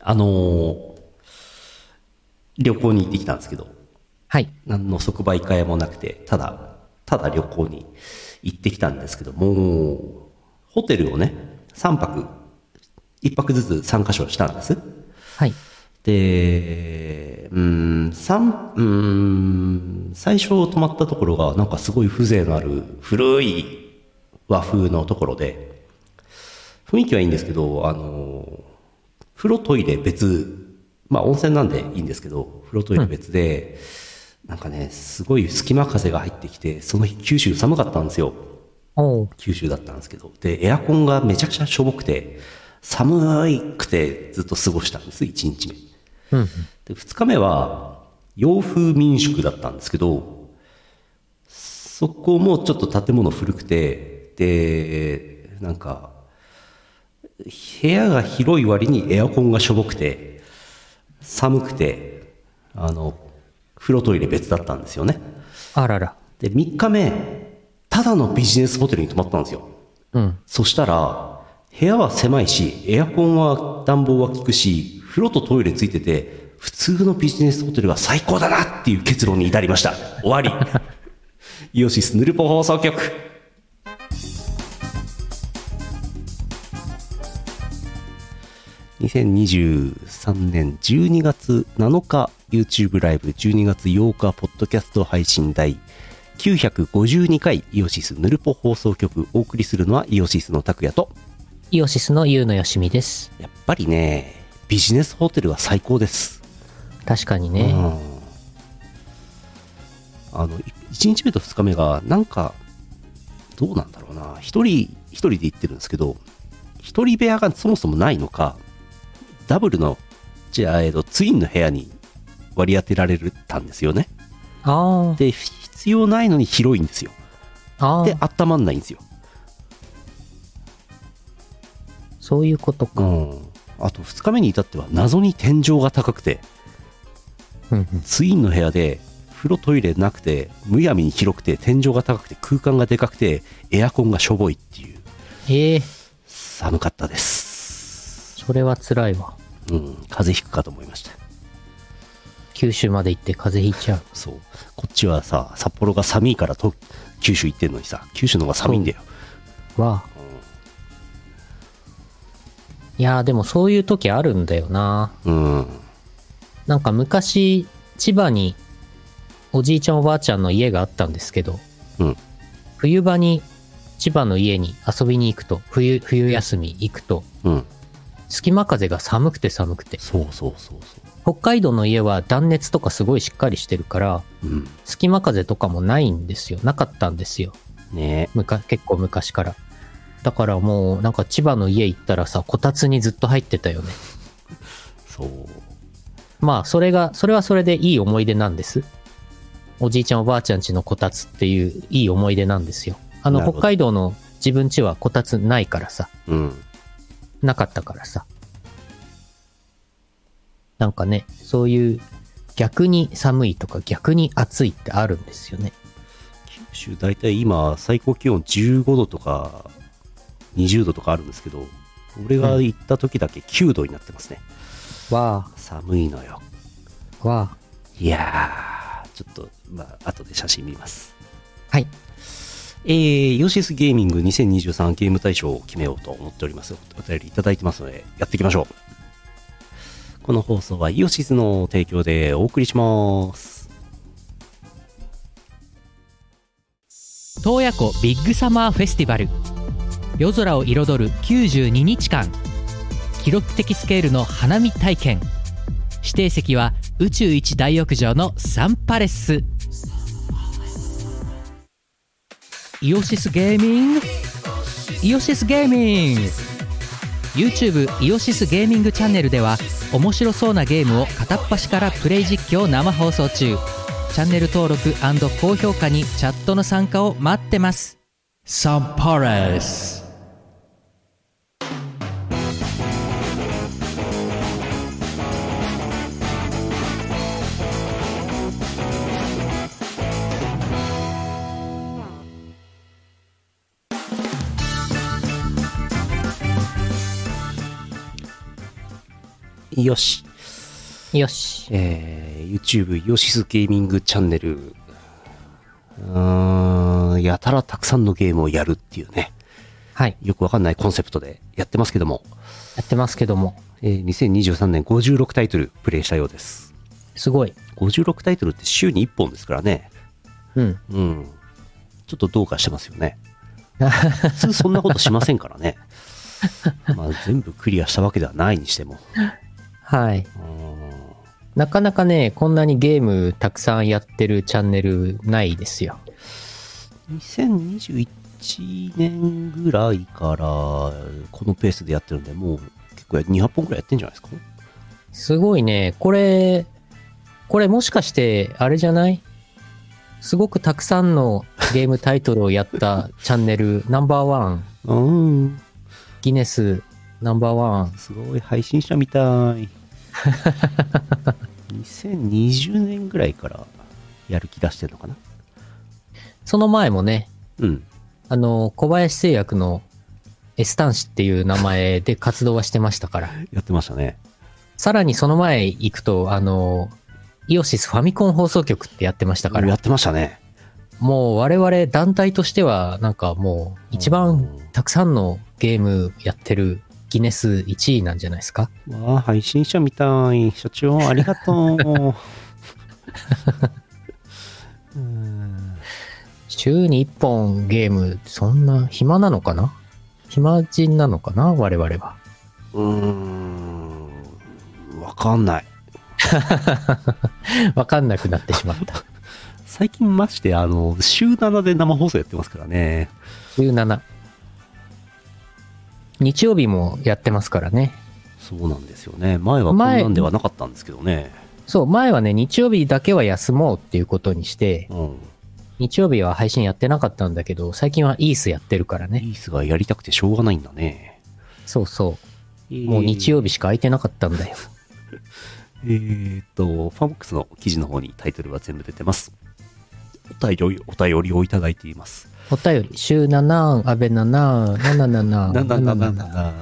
あのー旅行に行ってきたんですけど、はい。何の即売会もなくて、ただ、ただ旅行に行ってきたんですけども、ホテルをね、3泊、1泊ずつ3箇所したんです。はい。で、うーん、三、うーん、最初泊まったところが、なんかすごい風情のある古い和風のところで、雰囲気はいいんですけど、あの、風呂トイレ別、まあ温泉なんでいいんですけど、風呂トイレ別で、なんかね、すごい隙間風が入ってきて、その日九州寒かったんですよ。おう九州だったんですけど、で、エアコンがめちゃくちゃしょぼくて、寒いくてずっと過ごしたんです、1日目。うんうん。で2日目は洋風民宿だったんですけどそこもちょっと建物古くてでなんか部屋が広い割にエアコンがしょぼくて寒くてあの風呂トイレ別だったんですよねあらら。で3日目ただのビジネスホテルに泊まったんですようん。そしたら、部屋は狭いし、エアコンは暖房は効くし、風呂とトイレついてて、普通のビジネスホテルが最高だなっていう結論に至りました。終 わり。イオシスヌルポ放送局。2023年12月7日 YouTube ライブ12月8日ポッドキャスト配信第952回イオシスヌルポ放送局お送りするのはイオシスの拓也とイオシスのゆうのよしみです。やっぱりねビジネスホテルは最高です、確かにね。うんあのい1日目と2日目がなんかどうなんだろうな1人1人で行ってるんですけど1人部屋がそもそもないのかダブルのじゃあ、えっと、ツインの部屋に割り当てられたんですよねあで必要ないのに広いんですよあ。ああで。温まんないんですよそういうことうか。ん、あと2日目に至っては謎に天井が高くてうんうん。ツインの部屋で風呂トイレなくてむやみに広くて天井が高くて空間がでかくてエアコンがしょぼいっていうええ寒かったです、それは辛いわ。うん、風邪ひくかと思いました九州まで行って風邪ひいちゃう。そうこっちはさ札幌が寒いからと九州行ってんのにさ九州の方が寒いんだよわあ。いやーでもそういう時あるんだよな。うんなんか昔、千葉におじいちゃんおばあちゃんの家があったんですけど、うん冬場に千葉の家に遊びに行くと、冬、冬休み行くと、うん隙間風が寒くて寒くて、そうそうそうそ北海道の家は断熱とかすごいしっかりしてるから、ううん隙間風とかもないんですよ。なかったんですよ。ねむか結構昔から。だからもう、なんか千葉の家行ったらさ、こたつにずっと入ってたよね。そうまあ、それが、それはそれでいい思い出なんです。おじいちゃんおばあちゃんちのこたつっていういい思い出なんですよ。あの、なるほど北海道の自分ちはこたつないからさ、うんなかったからさ。なんかね、そういう逆に寒いとか逆に暑いってあるんですよね。九州大体今最高気温15度とか20度とかあるんですけど俺が行った時だけ9度になってますね、わ寒いのよあ、わいやーちょっとまあ後で写真見ますあ。はい。えー、ヨシスゲーミング2023ゲーム大賞を決めようと思っておりますお便りいただいてますのでやっていきましょうこの放送はイオシスの提供でお送りします洞爺湖ビッグサマーフェスティバル夜空を彩る92日間記録的スケールの花見体験指定席は宇宙一大浴場のサンパレスイオシスゲーミングイオシスゲーミング YouTube イオシスゲーミングチャンネルでは面白そうなゲームを片っ端からプレイ実況生放送中チャンネル登録高評価にチャットの参加を待ってますサンパレスよし。よし。えー YouTube ヨシスゲーミングチャンネル。うーん、やたらたくさんのゲームをやるっていうね、はい。よくわかんないコンセプトでやってますけども、やってますけども。えー2023年56タイトルプレイしたようです。すごい。 56タイトルって週に1本ですからね。うん。うん。ちょっとどうかしてますよね。普通そんなことしませんからね。まあ全部クリアしたわけではないにしても。はい。うんなかなかね、こんなにゲームたくさんやってるチャンネルないですよ。 2021年ぐらいからこのペースでやってるんで、もう結構や200本ぐらいやってんじゃないですかすごいね。これ、これもしかして、あれじゃないすごくたくさんのゲームタイトルをやったチャンネルナンバーワン、うん。ギネスナンバーワン。すごい配信者みたい。2020年ぐらいからやる気出してるのかなその前もね、うん。あの、小林製薬の S 端子っていう名前で活動はしてましたから。やってましたね。さらにその前行くと、あの、イオシスファミコン放送局ってやってましたかやら、ってましたね。もう我々団体としては、なんかもう一番たくさんのゲームやってるギネス1位なんじゃないですかわあ、配信者みたい。社長、ありがとう。うん週に1本ゲーム、そんな暇なのかな暇人なのかな我々は。 うーん、わかんない。わかんなくなってしま った。最近まして、あの、週7で生放送やってますからね。 17。日曜日もやってますからね。そうなんですよね。前はこんなんではなかったんですけどね。そう、前はね、日曜日だけは休もうっていうことにして、うん。日曜日は配信やってなかったんだけど、最近はイースやってるからね。リースがやりたくてしょうがないんだね。そうそう。もう日曜日しか空いてなかったんだよ。えーっと、ファンボックスの記事の方にタイトルは全部出てます。お便り、お便りをいただいています。お便り、週7、安倍7、777、なんだなんだなん77。だ。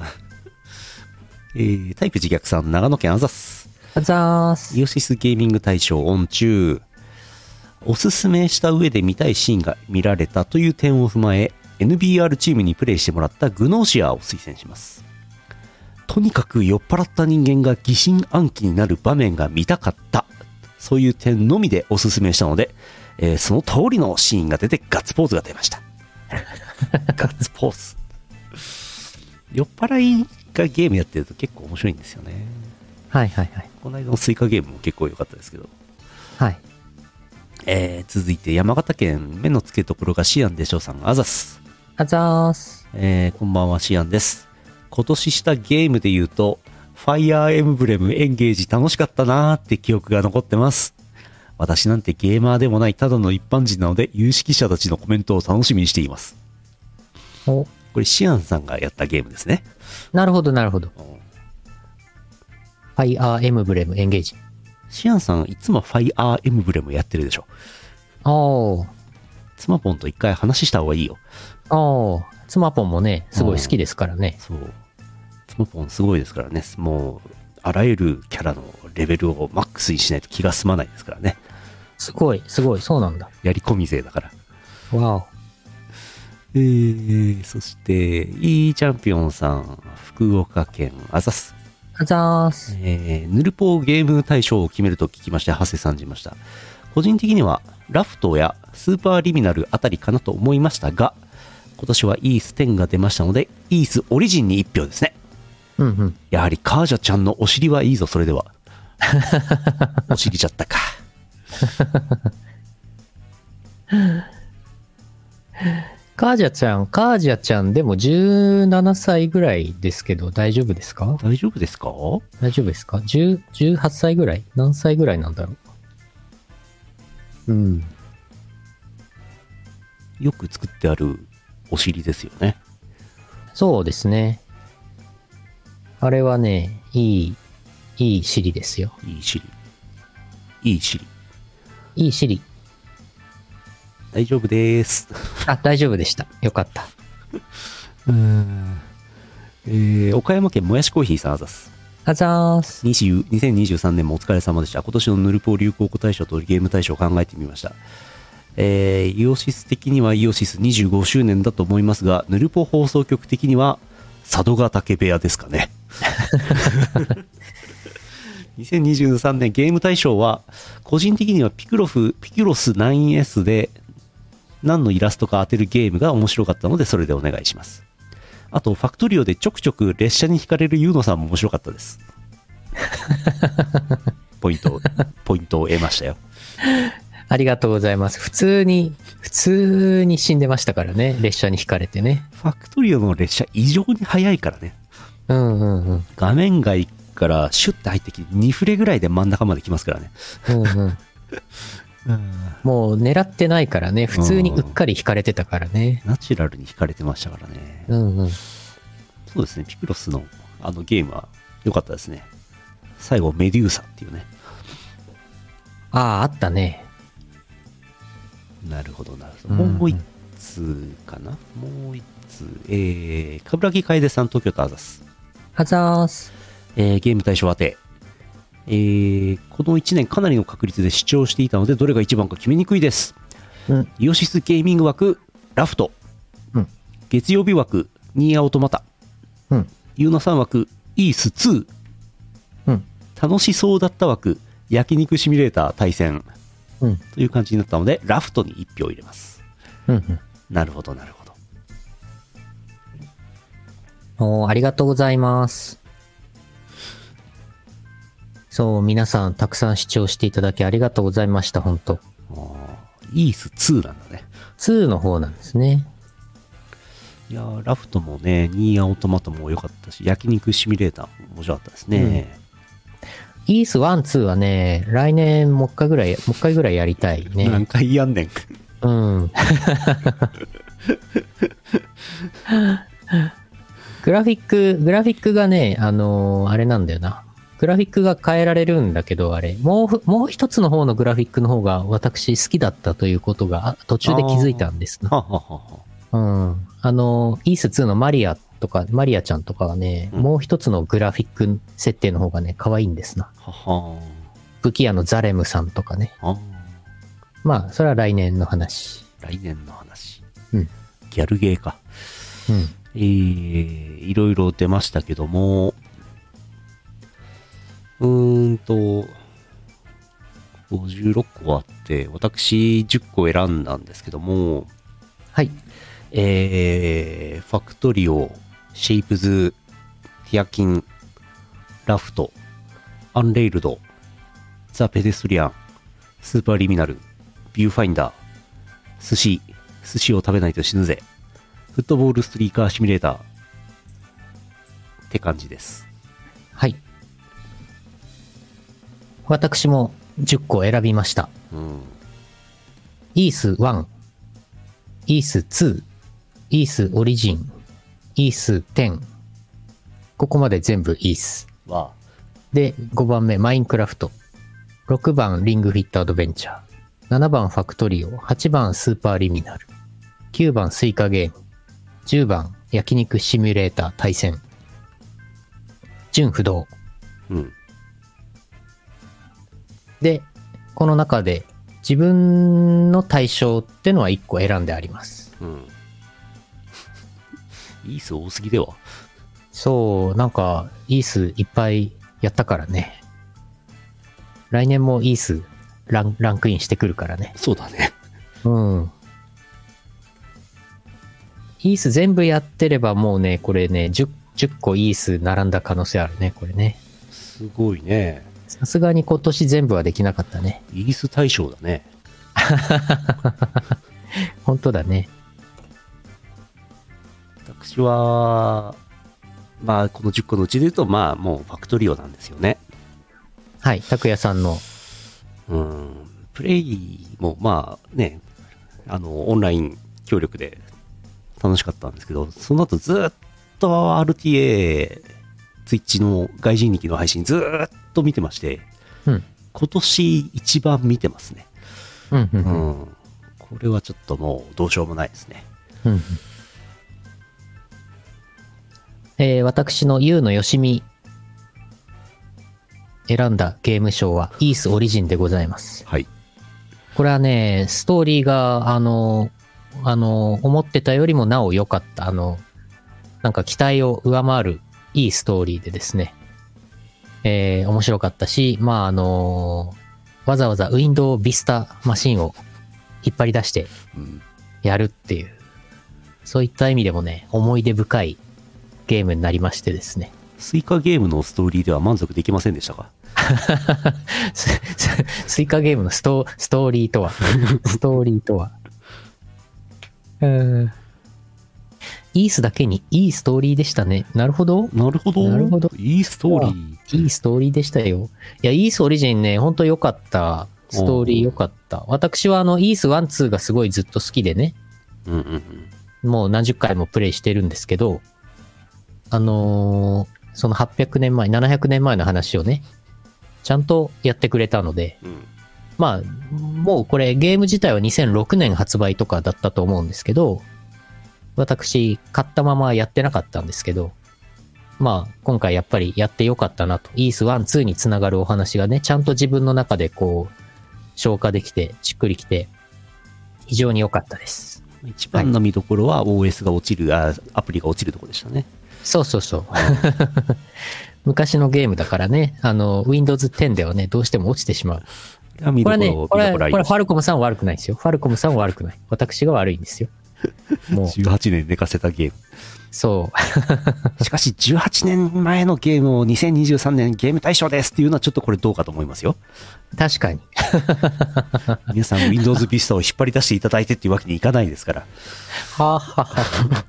えー、タイプ自虐さん、長野県アザス。あざーす。イオシスゲーミング大賞オン中。おすすめした上で見たいシーンが見られたという点を踏まえ、NBR チームにプレイしてもらったグノーシアを推薦します。とにかく酔っ払った人間が疑心暗鬼になる場面が見たかった。そういう点のみでおすすめしたので、えーその通りのシーンが出てガッツポーズが出ました。 ガッツポーズ。酔っ払いがゲームやってると結構面白いんですよね。はいはいはい。この間のスイカゲームも結構良かったですけど。はい。えー続いて山形県目の付けどころがシアンでしょうさんあざす、あざーす。えーこんばんはシアンです今年したゲームで言うとファイアーエムブレムエンゲージ楽しかったなーって記憶が残ってます私なんてゲーマーでもないただの一般人なので有識者たちのコメントを楽しみにしていますお、これシアンさんがやったゲームですねなるほどなるほど。ファイアーエムブレムエンゲージ。シアンさんいつもファイアーエムブレムやってるでしょおー、妻ポンと一回話した方がいいよおー。スマポンもね、すごい好きですからね。そう。スマポンすごいですからね。もう、あらゆるキャラのレベルをマックスにしないと気が済まないですからね。すごい、すごい、そうなんだ。やり込み勢だから。わお。えー、そして、いいチャンピオンさん、福岡県あざす。あざーす。えー、ヌルポゲーム大賞を決めると聞きまして、発生さんじました。個人的には、ラフトやスーパーリミナルあたりかなと思いましたが、今年はイース10が出ましたので、イースオリジンに1票ですね。うんうん。やはりカージャちゃんのお尻はいいぞ、それでは。 お尻ちゃったか。カージャちゃん、カージャちゃんでも17歳ぐらいですけど大丈夫ですか大丈夫ですか大丈夫ですか10 ?18 歳ぐらい何歳ぐらいなんだろううん。よく作ってあるお尻ですよね。そうですね。あれはね、いい、いい尻ですよ。いい尻。いい尻。いい尻。大丈夫です。あ、大丈夫でした。よかった。うーん。えー岡山県もやしコーヒーさんあざす。あざーす。 20 2023年もお疲れ様でした。今年のヌルポ流行語大賞とゲーム大賞を考えてみました。えー、イオシス的にはイオシス25周年だと思いますが、ヌルポ放送局的には佐渡ヶ嶽部屋ですかね。2023年ゲーム大賞は、個人的にはピクロフ、ピクロス 9S で何のイラストか当てるゲームが面白かったので、それでお願いします。あと、ファクトリオでちょくちょく列車に惹かれるユーノさんも面白かったです。ポイント を、ポイントを得ましたよ。ありがとうございます。普通に、普通に死んでましたからね。列車に引かれてね。ファクトリオの列車異常に速いからね。うんうんうん。画面外からシュッて入ってきて2フレぐらいで真ん中まで来ますからね。うんうん。もう狙ってないからね。普通にうっかり引かれてたからね。ナチュラルに惹かれてましたからね。うんうん。そうですね、ピクロスのあのゲームは良かったですね。最後、メデューサっていうね。ああ、あったね。なるほど、なるほうど。んうんもう一通かなもう一通。えー、冠城楓さん、東京都アザス。あざーす。えーゲーム対象当て。えーこの1年かなりの確率で視聴していたので、どれが1番か決めにくいです。うんイオシスゲーミング枠、ラフト。うん月曜日枠、ニーアオトマタ。うんユーナさん枠、イース2。うん楽しそうだった枠、焼肉シミュレーター対戦。うんという感じになったので、ラフトに1票入れます。うんうん。なるほど、なるほど。おーありがとうございます。そう、皆さん、たくさん視聴していただきありがとうございました、本当あーイース2なんだね。 2の方なんですね。いやーラフトもね、ニーアオトマトも良かったし、焼肉シミュレーターも面白かったですね。イース1、2はね、来年もう一回ぐらい、もう一回ぐらいやりたい何ね。回やんねん。うん。グラフィック、グラフィックがね、あのーあれなんだよな。グラフィックが変えられるんだけど、あれ、もうふ、もう一つの方のグラフィックの方が私好きだったということがあ途中で気づいたんですな。ははははうん。あの、イース2のマリアとか、マリアちゃんとかはね、うんもう一つのグラフィック設定の方がね、可愛いんですな。はは武器屋のザレムさんとかね。あーまあ、それは来年の話。来年の話。うんギャルゲーか。うん。えー、いろいろ出ましたけども、うーんと、56個あって、私10個選んだんですけども、はい。えー、ファクトリオ、シェイプズ、ティアキン、ラフト、アンレイルド、ザ・ペデストリアン、スーパーリミナル、ビューファインダー、寿司、寿司を食べないと死ぬぜ、フットボールストリーカーシミュレーター、って感じです。はい。私も10個選びました。うん。イース1、イース2、イースオリジン、イース10。ここまで全部イース。は、で、5番目、マインクラフト。6番、リングフィットアドベンチャー。7番、ファクトリオ。8番、スーパーリミナル。9番、スイカゲーム。10番、焼肉シミュレーター対戦。純不動。うん。で、この中で自分の対象ってのは1個選んであります。うん。イース多すぎでは。そう、なんか、イースいっぱいやったからね。来年もイースランランクインしてくるからね。そうだね。うん。イース全部やってればもうね、これね、10, 10個イース並んだ可能性あるね、これね。すごいね。さすがに今年全部はできなかったね。イース大賞だね。本当だね。私は、まあ、この10個のうちで言うと、まあ、もうファクトリオなんですよね。はい、拓也さんの。うん。プレイも、まあね、あの、オンライン協力で楽しかったんですけど、その後ずっと RTA、Twitch の外人力の配信ずっと見てまして、うん。今年一番見てますね。うん、うん、ううんん。これはちょっともうどうしようもないですね。うんうん。えー私の U のよしみ。選んだゲーム賞はイースオリジンでございます。はい。これはね、ストーリーが、あの、あの、思ってたよりもなお良かった。あの、なんか期待を上回るいいストーリーでですね、えー、面白かったし、まあ、あの、わざわざ Windows Vista マシンを引っ張り出してうんやるっていう、そういった意味でもね、思い出深いゲームになりましてですね。 スイカゲームのストーリーでは満足できませんでしたかスススイカゲームのストストーリーとはストーリーとはうんいいスだけにいいストーリーでしたねなるほどなるほど。なるほどいいストーリー。いいストーリーでしたよいやイースオリジンねほんと良かったストーリー良かった私はあのイース1、2がすごいずっと好きでねうんうんうん。もう何十回もプレイしてるんですけどあのーその800年前700年前の話をねちゃんとやってくれたのでうんまあ、もうこれゲーム自体は2006年発売とかだったと思うんですけど、私、買ったままやってなかったんですけど、まあ、今回やっぱりやってよかったなと。イース1、2につながるお話がね、ちゃんと自分の中でこう、消化できて、しっくりきて、非常に良かったです。一番の見どころは OS が落ちる、あアプリが落ちるところでしたね。そうそうそう。 昔のゲームだからね、あの、Windows 10ではね、どうしても落ちてしまう。これは見こどこれね、ろ、見どここれ、ころあれりフましァルコムさんは悪くないですよ。ファルコムさんは悪くない。私が悪いんですよ。もう、た。18年寝かせた ゲーそム。しかし、18年前のゲームを2023年ゲーム大賞ですっていうのはちょっとこれどうかと思いますよ。う、確かに。皆さん Windows Vista を引っ張り出していただいてっていうわけにいかないですから。 はあはあはあ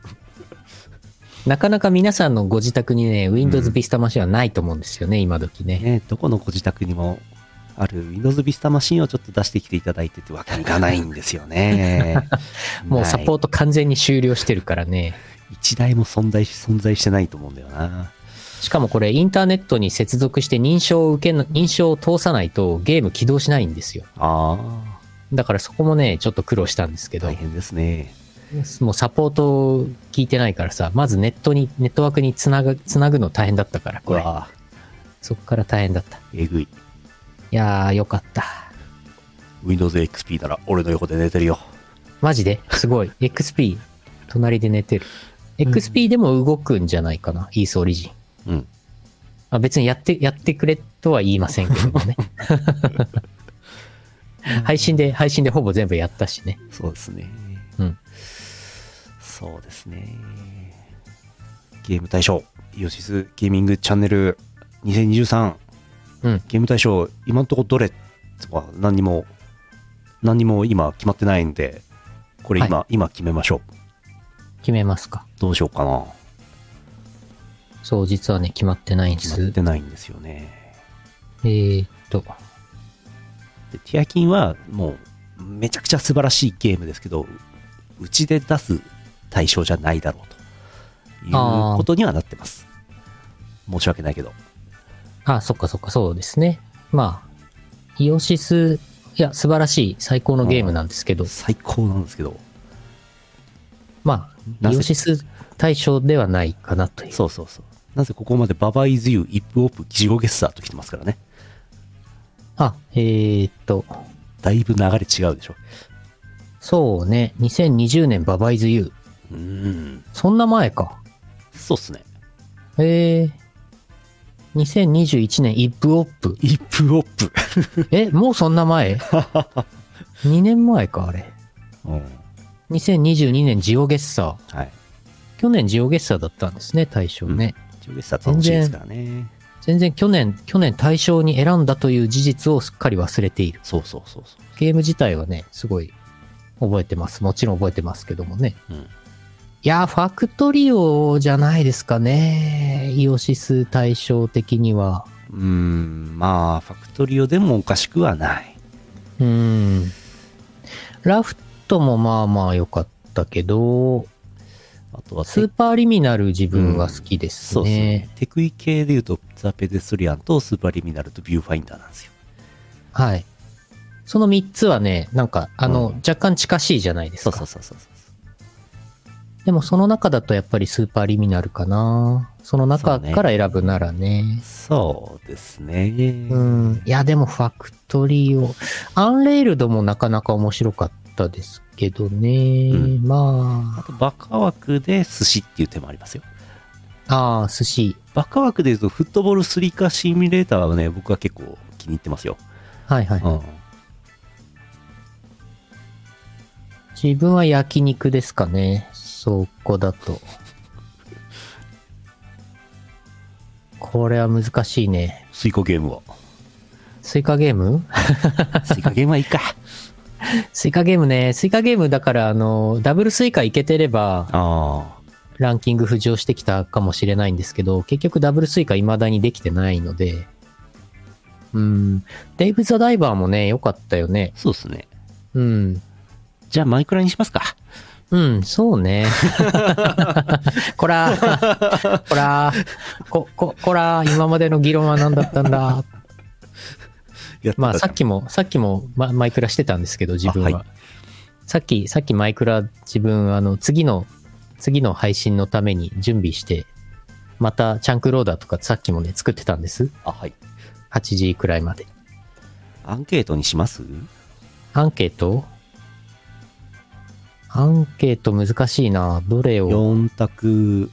なかなか皆さんのご自宅にね、Windows Vista マシンはないと思うんですよね、今時ね。。ね、どこのご自宅にもある Windows Vista マシンをちょっと出してきていただいてってわけにいかないんですよね もうサポト。ート完全に終了してるからね。一台も存在し、存在してないと思うんだよな。しかもこれ、インターネットに接続して認証を受けな、認証を通さないとゲーム起動しないんですよ。あだからそこもね、ちょっと苦労したんですけあ、ど。大変ですね。もうサポート聞いてないからさ、まずネットに、ネットワークにつなぐ、つなぐの大変だったから、うこれ。わそこから大変だった。いえぐい。やー、よかった。 Windows XP なら俺の横で寝てるよ。マジですごい。XP、隣で寝てる。XP でも動くんじゃないかな、イースオリジン。うん。まあ、別にやって、やってくれとは言いませんけどもね。配信で、配信でほぼ全部やったしね。そうですね。うん。そうですね。ゲーム大賞、イオシスゲーミングチャンネル2023、うんゲーム大賞、今んとこどれとか何にも、何にも今決まってないんで、これ今、今決めましょう。決めますか。どうしようかな。そう、実はね、決まってないんで決まっす。てないんですよね。えーっと、で、ティアキンはもう、めちゃくちゃ素晴らしいゲームですけど、うちで出す対象じゃないだろうというあーことにはなってます。申し訳ないけど。あ、そっかそっか、そうですね。まあ、イオシス、いや、素晴らしい、最高のゲームなんですけど、最高なんですけどまあ、なイぜオシス対象ではないかなという。そうそうそうなぜここまでババイズユイップオップギジゴゲッサーと来てますからねあ、えー、っと、だいぶ流れ違うでしょそうね、2020年ババイズ U。うーんそんな前か。そうっすねえー、2021年イップオップ 。イップオップえ、もうそんな前 ?2 年前か、あれ。うん2022年ジオゲッサー。はい去年ジオゲッサーだったんですね、対象ね。ジオゲッサー楽しいですからね全然去年、去年対象に選んだという事実をすっかり忘れている。そうそうそうそゲーム自体はね、すごい覚えてます。もちろん覚えてますけどもね。う、うん、いやー、ファクトリオじゃないですかね。イオシス対象的には。うーんまあファクトリオでもおかしくはないうーん。ラフトもまあまあ良かったけど、あとはテスーパーリミナル自分は好きですそうですねね。テクイ系でいうとザ・ペデストリアンとスーパーリミナルとビューファインダーなんですよはい。その3つはね、なんか、あの、うん若干近しいじゃないですそか。うそうそうそうそうでもその中だとやっぱりスーパーリミナルかな。その中から選ぶならね。そうですね。うん。いや、でもファクトリーを。アンレイルドもなかなか面白かったですけどね。うんあまと、バカ枠で寿司っていう手もありますよ。あ、ああ、寿司。バカ枠で言うと、フットボールスリーカーシミュレーターはね、僕は結構気に入ってますよ。はいはい。うん。自分は焼肉ですかね。そこだと。これは難しいね。スイカゲー ムは。スイカゲーム スイカゲームはいいか。スイカゲームね。スイカゲームだから、あの、ダブルスイカいけてれば、あランキング浮上してきたかもしれないんですけど、結局ダブルスイカ未だにできてないので。うん。デイブ・ザ・ダイバーもね、良かったよねあ、。そうですね。うん。じゃあ、マイクラにしますか。うん、そうね。こら、こら、こ、こ、こら、今までの議論は何だったんだ。やまあ、さっきも、さっきもママイクラしてたんですけど、自分は。あはいさっき、さっきマイクラ、自分、あの、次の、次の配信のために準備して、また、チャンクローダーとかさっきもね、作ってたんです。あ、はい。 8時くらいまで。アンケートにしますアンケートアンケート難しいな。どれを。 ?4 択。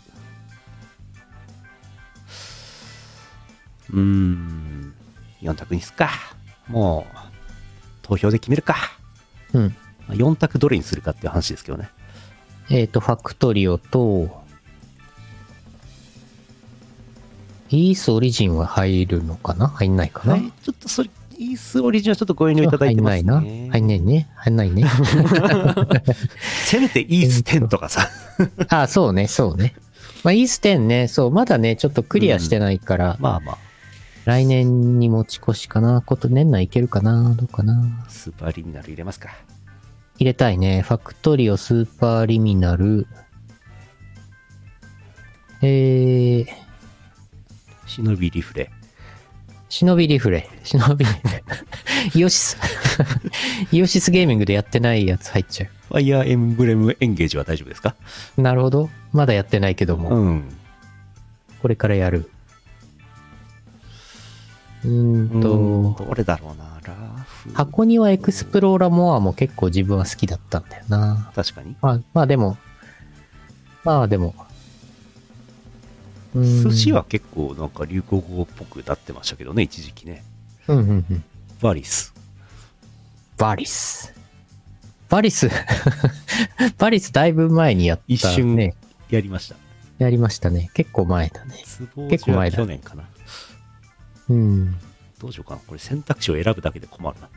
うーん。4択にすっか。もう、投票で決めるか。うん。 4択どれにするかっていう話ですけどね。えっ、と、ファクトリオと、イースオリジンは入るのかな入んないかな、はい、ちょっとそれ、イースオリジンはちょっとご遠慮いただいてますね。入んないな。入んないね。入んないね。せめてイース10とかさ。 ああ、そうね、そうね。まあ、イース10ね、そう、まだね、ちょっとクリアしてないから、まあまあ、来年に持ち越しかな。こと、年内いけるかなどうかなスーパーリミナル入れますか。入れたいね。ファクトリオ、スーパーリミナル。えー、忍びリフレ。忍びリフレ。忍びリフレ。 イオシス。 イオシスゲーミングでやってないやつ入っちゃファイアーエンブレムエンゲージは大丈夫ですかう。なるほど。まだやってないけども、うん。これからやる。うーんうんと、どれだろうな、ラフ。箱庭エクスプローラモアも結構自分は好きだったんだよな。確かに。まあ、まあでも、まあでも。うーん寿司は結構なんか流行語っぽくなってましたけどね、一時期ね。うんうんうん。バリス。バリス。バリス バリスだいぶ前にやった、ね。一瞬やりました。やりましたね。結構前だね。ツボ結構前だ去年かな。うん。どうしようかな。これ選択肢を選ぶだけで困るな。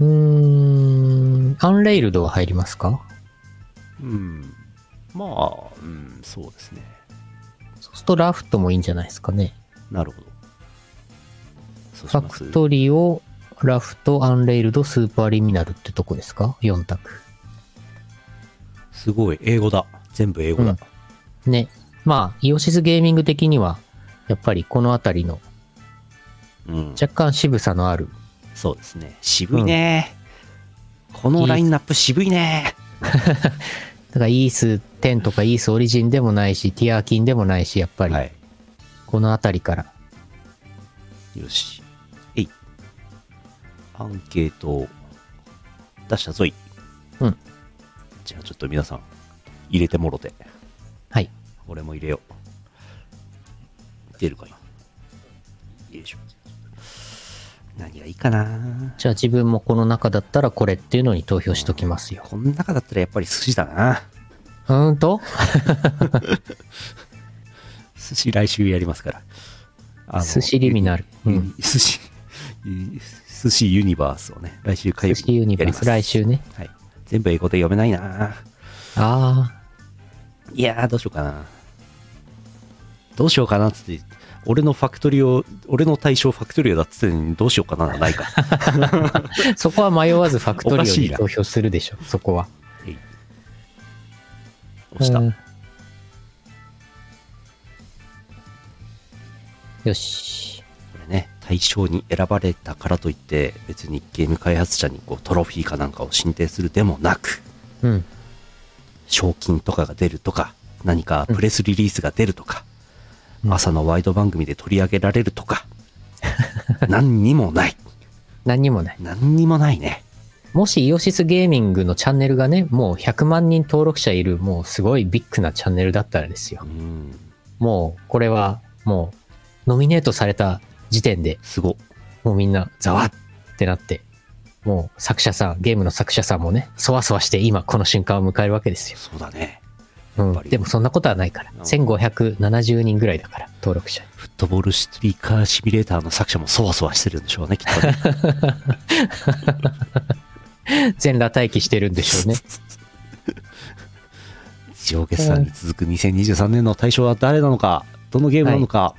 うーん。アンレイルドは入りますかうん。まあ、うん、そうですね。そうするとラフトもいいんじゃないですかね。なるほど。そうフしァますクトリオ、ラフト、アンレイルド、スーパーリミナルってとこですか ?4 択。すごい、英語だ。全部英語だ。うんね。まあ、イオシスゲーミング的には、やっぱりこのあたりのうん、若干渋さのある。そうですね渋いね、このラインナップ渋いねだからイース10とかイースオリジンでもないし、ティアーキンでもないし、やっぱりはいこのあたりから。よしえいアンケートを出したぞいうんじゃあちょっと皆さん入れてもろてはい。俺も入れよう出るかなよいしょ何がいいかなじゃあ自分もこの中だったらこれっていうのに投票しときますよ。この中だったらやっぱり寿司だなうーんと寿司来週やりますからあの寿司リミナル。う。うんん、寿司、寿司ユニバースをね、来週火曜寿日司ユニバース、やり来週ね。ますはい。全部英語で読めないなあいやー、どうしようかなどうしようかなっつって、俺のファクトリオ、俺の対象ファクトリオだっつってんのにどうしようかなが ないか。あ、そこは迷わずファクトおリかオしいにな投票するでしょ、そこは。えい押した。うんよし。これね、対象に選ばれたからといって、別にゲーム開発者にこうトロフィーかなんかを進呈するでもなく、うん。賞金とかが出るとか、何かプレスリリースが出るとか、朝のワイド番組で取り上げられると か、何にもない。何にもない。何にもないね。もしイオシスゲーミングのチャンネルがね、もう100万人登録者いる、もうすごいビッグなチャンネルだったらですよう。ん。もう、これは、もう、ノミネートされた時点で、すご。もうみんな、ざわってなって、もう作者さん、ゲームの作者さんもね、そわそわして今この瞬間を迎えるわけですよ。そうだね。うんやっぱ。りでもそんなことはないから。1570人ぐらいだから、登録者。フットボールスピーカーシミュレーターの作者もそわそわしてるんでしょうね、 きっとね。全裸待機してるんでしょうね。上決算に続く2023年の対象は誰なのか、どのゲームなのか、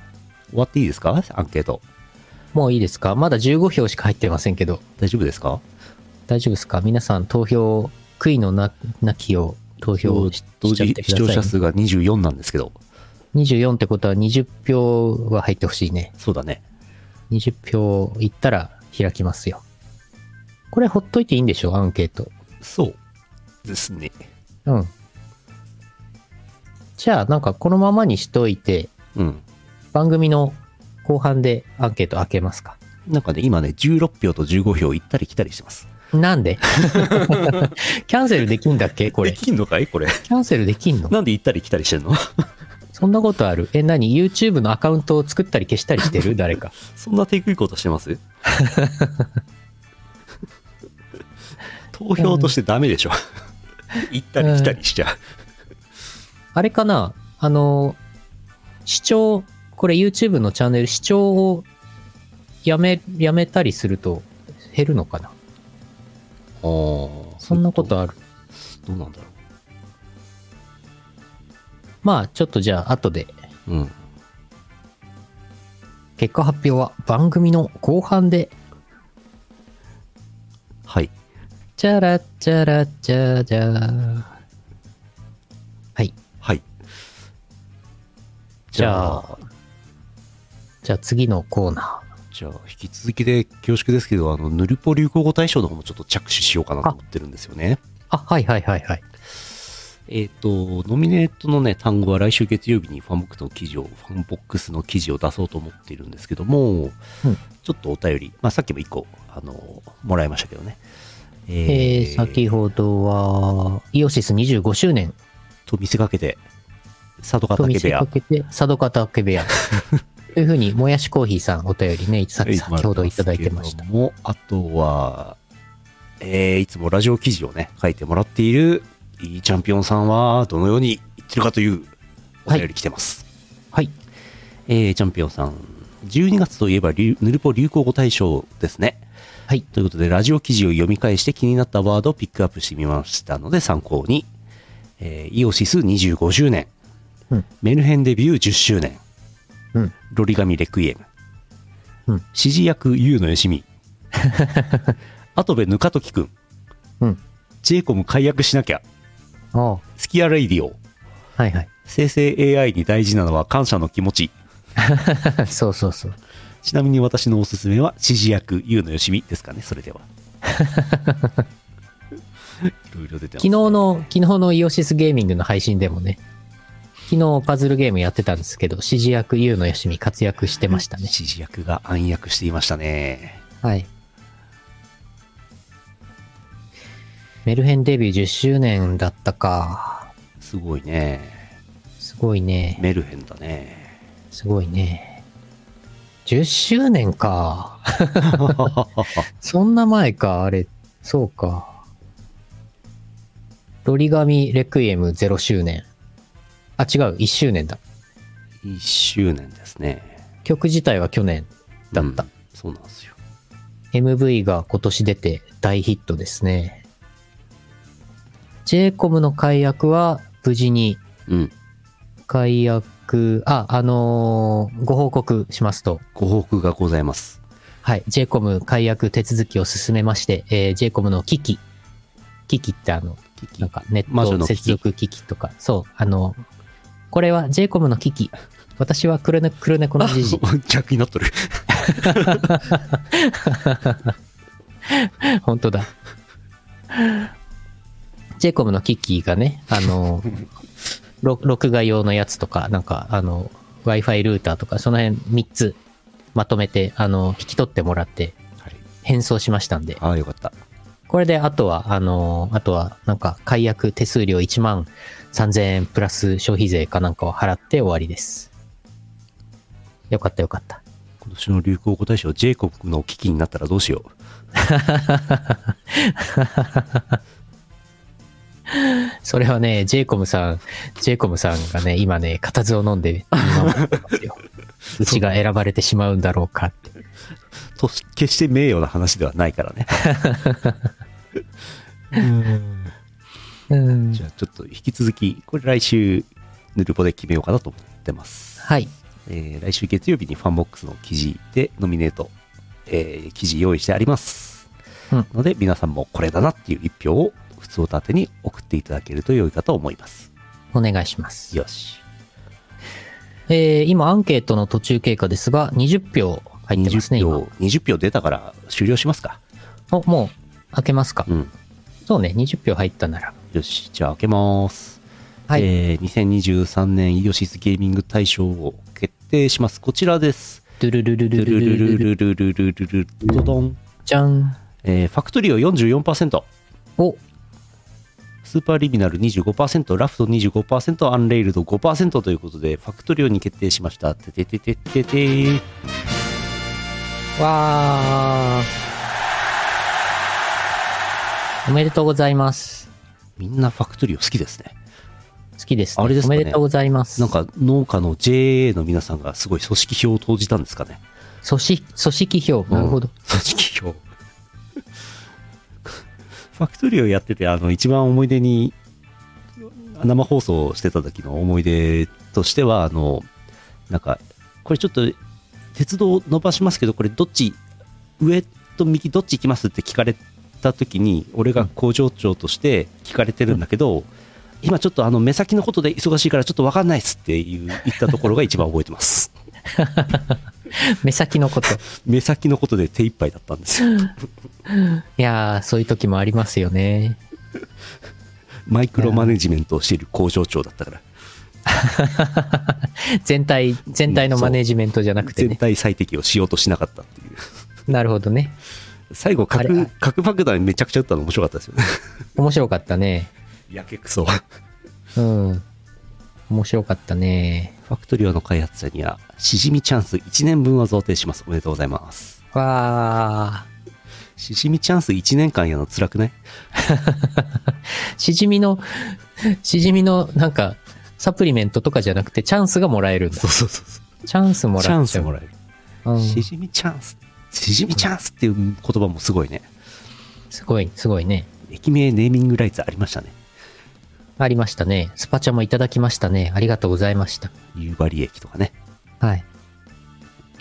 終わっていいですかアンケート。もういいですかまだ15票しか入ってませんけど、大丈夫ですか大丈夫ですか皆さん投票、悔いのななきを投票し同しちゃっ時てく視ださい、ね。聴者数が24なんですけど、 24ってことは20票は入ってほしいね。そうだね。 20票いったら開きますよ。これほっといていいんでしょアンケート。そうですね。うん。じゃあ、なんかこのままにしといて、うん。番組の後半でアンケート開けますか。なんかね、今ね、16票と15票行ったり来たりしてます。なんで キャンセルできんだっけこでれ。きんのかいこれ。キャンセルできんの なんで行ったり来たりしてんのそんなことあるえ、何 ?YouTube のアカウントを作ったり消したりしてる誰か。そんな手食いことしてます 投票としてダメでしょ。行ったり来たりしちゃう。あれかなあの、視聴、これ YouTube のチャンネル視聴をやめ、やめたりすると減るのかなああ。そんなことある。どうなんだろまあ、ちょっとじゃあ後で。う。うん。結果発表は番組の後半で。はい。チャラチャラチャラチャラ。はい。はい。じゃあ、じゃあ次のコーナー。じゃあ、引き続きで恐縮ですけど、あの、ヌルポ流行語大賞の方もちょっと着手しようかなと思ってるんですよね。あ、はいはいはいはい。えっ、と、ノミネートのね、単語は来週月曜日にファンボックスの記事を、ファンボックスの記事を出そうと思っているんですけども、うんちょっとお便り、まあ、さっきも1個、あの、もらいましたけどね。ええー、先ほどは、イオシス25周年と見せかけて、佐渡ヶと見嶽部せか屋。けて、佐渡方竹部 屋。というふうに、もやしコーヒーさんお便りね、さはい先ほどいただいてまし。たあ。りますけどもあとは、えーいつもラジオ記事をね、書いてもらっている、いいチャンピオンさんは、どのように言ってるかというお便り来てます。はい。えーチャンピオンさん、12月といえば流、ヌルポ流行語大賞ですね。はい。ということで、ラジオ記事を読み返して気になったワードをピックアップしてみましたので、参考に、えーイオシス25周年、うんメルヘンデビュー10周年、うん。ロリガミレクイエム、うん指示役 U のよしみ 後部ぬかときくんうん。 j コム解約しなきゃあスキアレイディオあ、はいはい。生成 AI に大事なのは感謝の気持ち そうそうそう。ちなみに私のおすすめは指示役 U のよしみですかねそれ ではいろいろ出てます昨日の、昨日のイオシスゲーミングの配信でもね、昨日パズルゲームやってたんですけど、指示役 U のよしみ活躍してましたね指。示役が暗躍していましたねはい。メルヘンデビュー10周年だったか。すごいねすごいね。メルヘンだね すごいね。10周年か。そんな前か、あれ。そうか。ロリガミレクイエム0周年。あ、違う、1周年だ。 1周年ですね曲自体は去年だった。うんそうなんですよ MV が今年出て大ヒットですね。j コムの解約は無事にうん解約、あ、あのーご報告しますと、ご報告がございます。はい、j コム解約手続きを進めまして、えー、j コムの機器、機器ってあの、なんかネ魔女ッのト機器接続機器とか、そう、あの、これは j コムの機器。私は黒猫黒猫のじじい。 逆になっとる。本当だ。ジェイコムのキッキーがね、あの、ろ録画用のやつとか、なんか、あの、Wi-Fi ルーターとか、その辺3つまとめて、あの、引き取ってもらって、はい、変装しましたんで、ああ、よかった。これで、あとは、あの、あとは、なんか、解約手数料1万3000円プラス消費税かなんかを払って終わりです。よかったよかった。今年の流行語大賞、ジェイコブの危機になったらどうしよう。それはね、ジェイコムさん、ジェイコムさんがね、今ね、固唾を飲んで見守ってますよ。うちが選ばれてしまうんだろうかって。と、決して名誉な話ではないからね。うんじゃあ、ちょっと引き続き、これ来週、ヌルポで決めようかなと思ってます。はい。えー来週月曜日にファンボックスの記事でノミネート、えー記事用意してあります、うんので皆さんもこれだなっていう一票を普通立てに送っていただけると良いかと思いますお願いします。よしえー、今アンケートの途中経過ですが、20票入ってますね、 20今票。20票出たから終了しますかお、もう、開けますかう。んそうね、20票入ったなら。よしじゃあ開けますはい。えー2023年イオシスゲーミング大賞を決定しますこちらですドゥルルルルルルルルルルルルルルルルルルドドン、じゃん。えーファクトリオ44%お、スーパーリミナル25%、ラフト25%、アンレイルド5%ということで、ファクトリオに決定しました。ててててててーわー。おめでとうございます。みんなファクトリオ好きですね。好きです、ね。あれですかねおめでとうございます。なんか農家の JA の皆さんがすごい組織票を投じたんですかね。組織、組織票。なるほど。うん組織票。ファクトリオやってて、あの、一番思い出に、生放送してた時の思い出としては、あの、なんか、これちょっと、鉄道伸ばしますけど、これどっち、上と右どっち行きますって聞かれた時に、俺が工場長として聞かれてるんだけど、今ちょっとあの目先のことで忙しいからちょっと分かんないっすっていう言ったところが一番覚えてます。目先 のこと。目先のことで手一杯だったんですよ。いやー、そういう時もありますよね。マイクロマネジメントをしている工場長だったから、全体、全体のマネジメントじゃなくて全ね。体最適をしようとしなかったっていう。なるほどね。最後あれ核、核爆弾めちゃくちゃ撃ったの面白かったですよね。面白かったね。 やけくそ。フうん。面白かったね。ァクトリオの開発者には、しじみチャンス1年分を贈呈します。おめでとうございます。わしじみチャンス1年間やるの辛くないー。しじみの、しじみの、なんか、サプリメントとかじゃなくて、チャンスがもらえるんだ。そうそうそうそう。チャンスもらっちチゃャう。ンスもらえる。うんしじみチャンス。しじみチャンスっていう言葉もすごいね。すごい、すごいね。駅名ネーミングライツありましたね。ありましたね。スパチャもいただきましたね。ありがとうございました。夕張駅とかね。はい。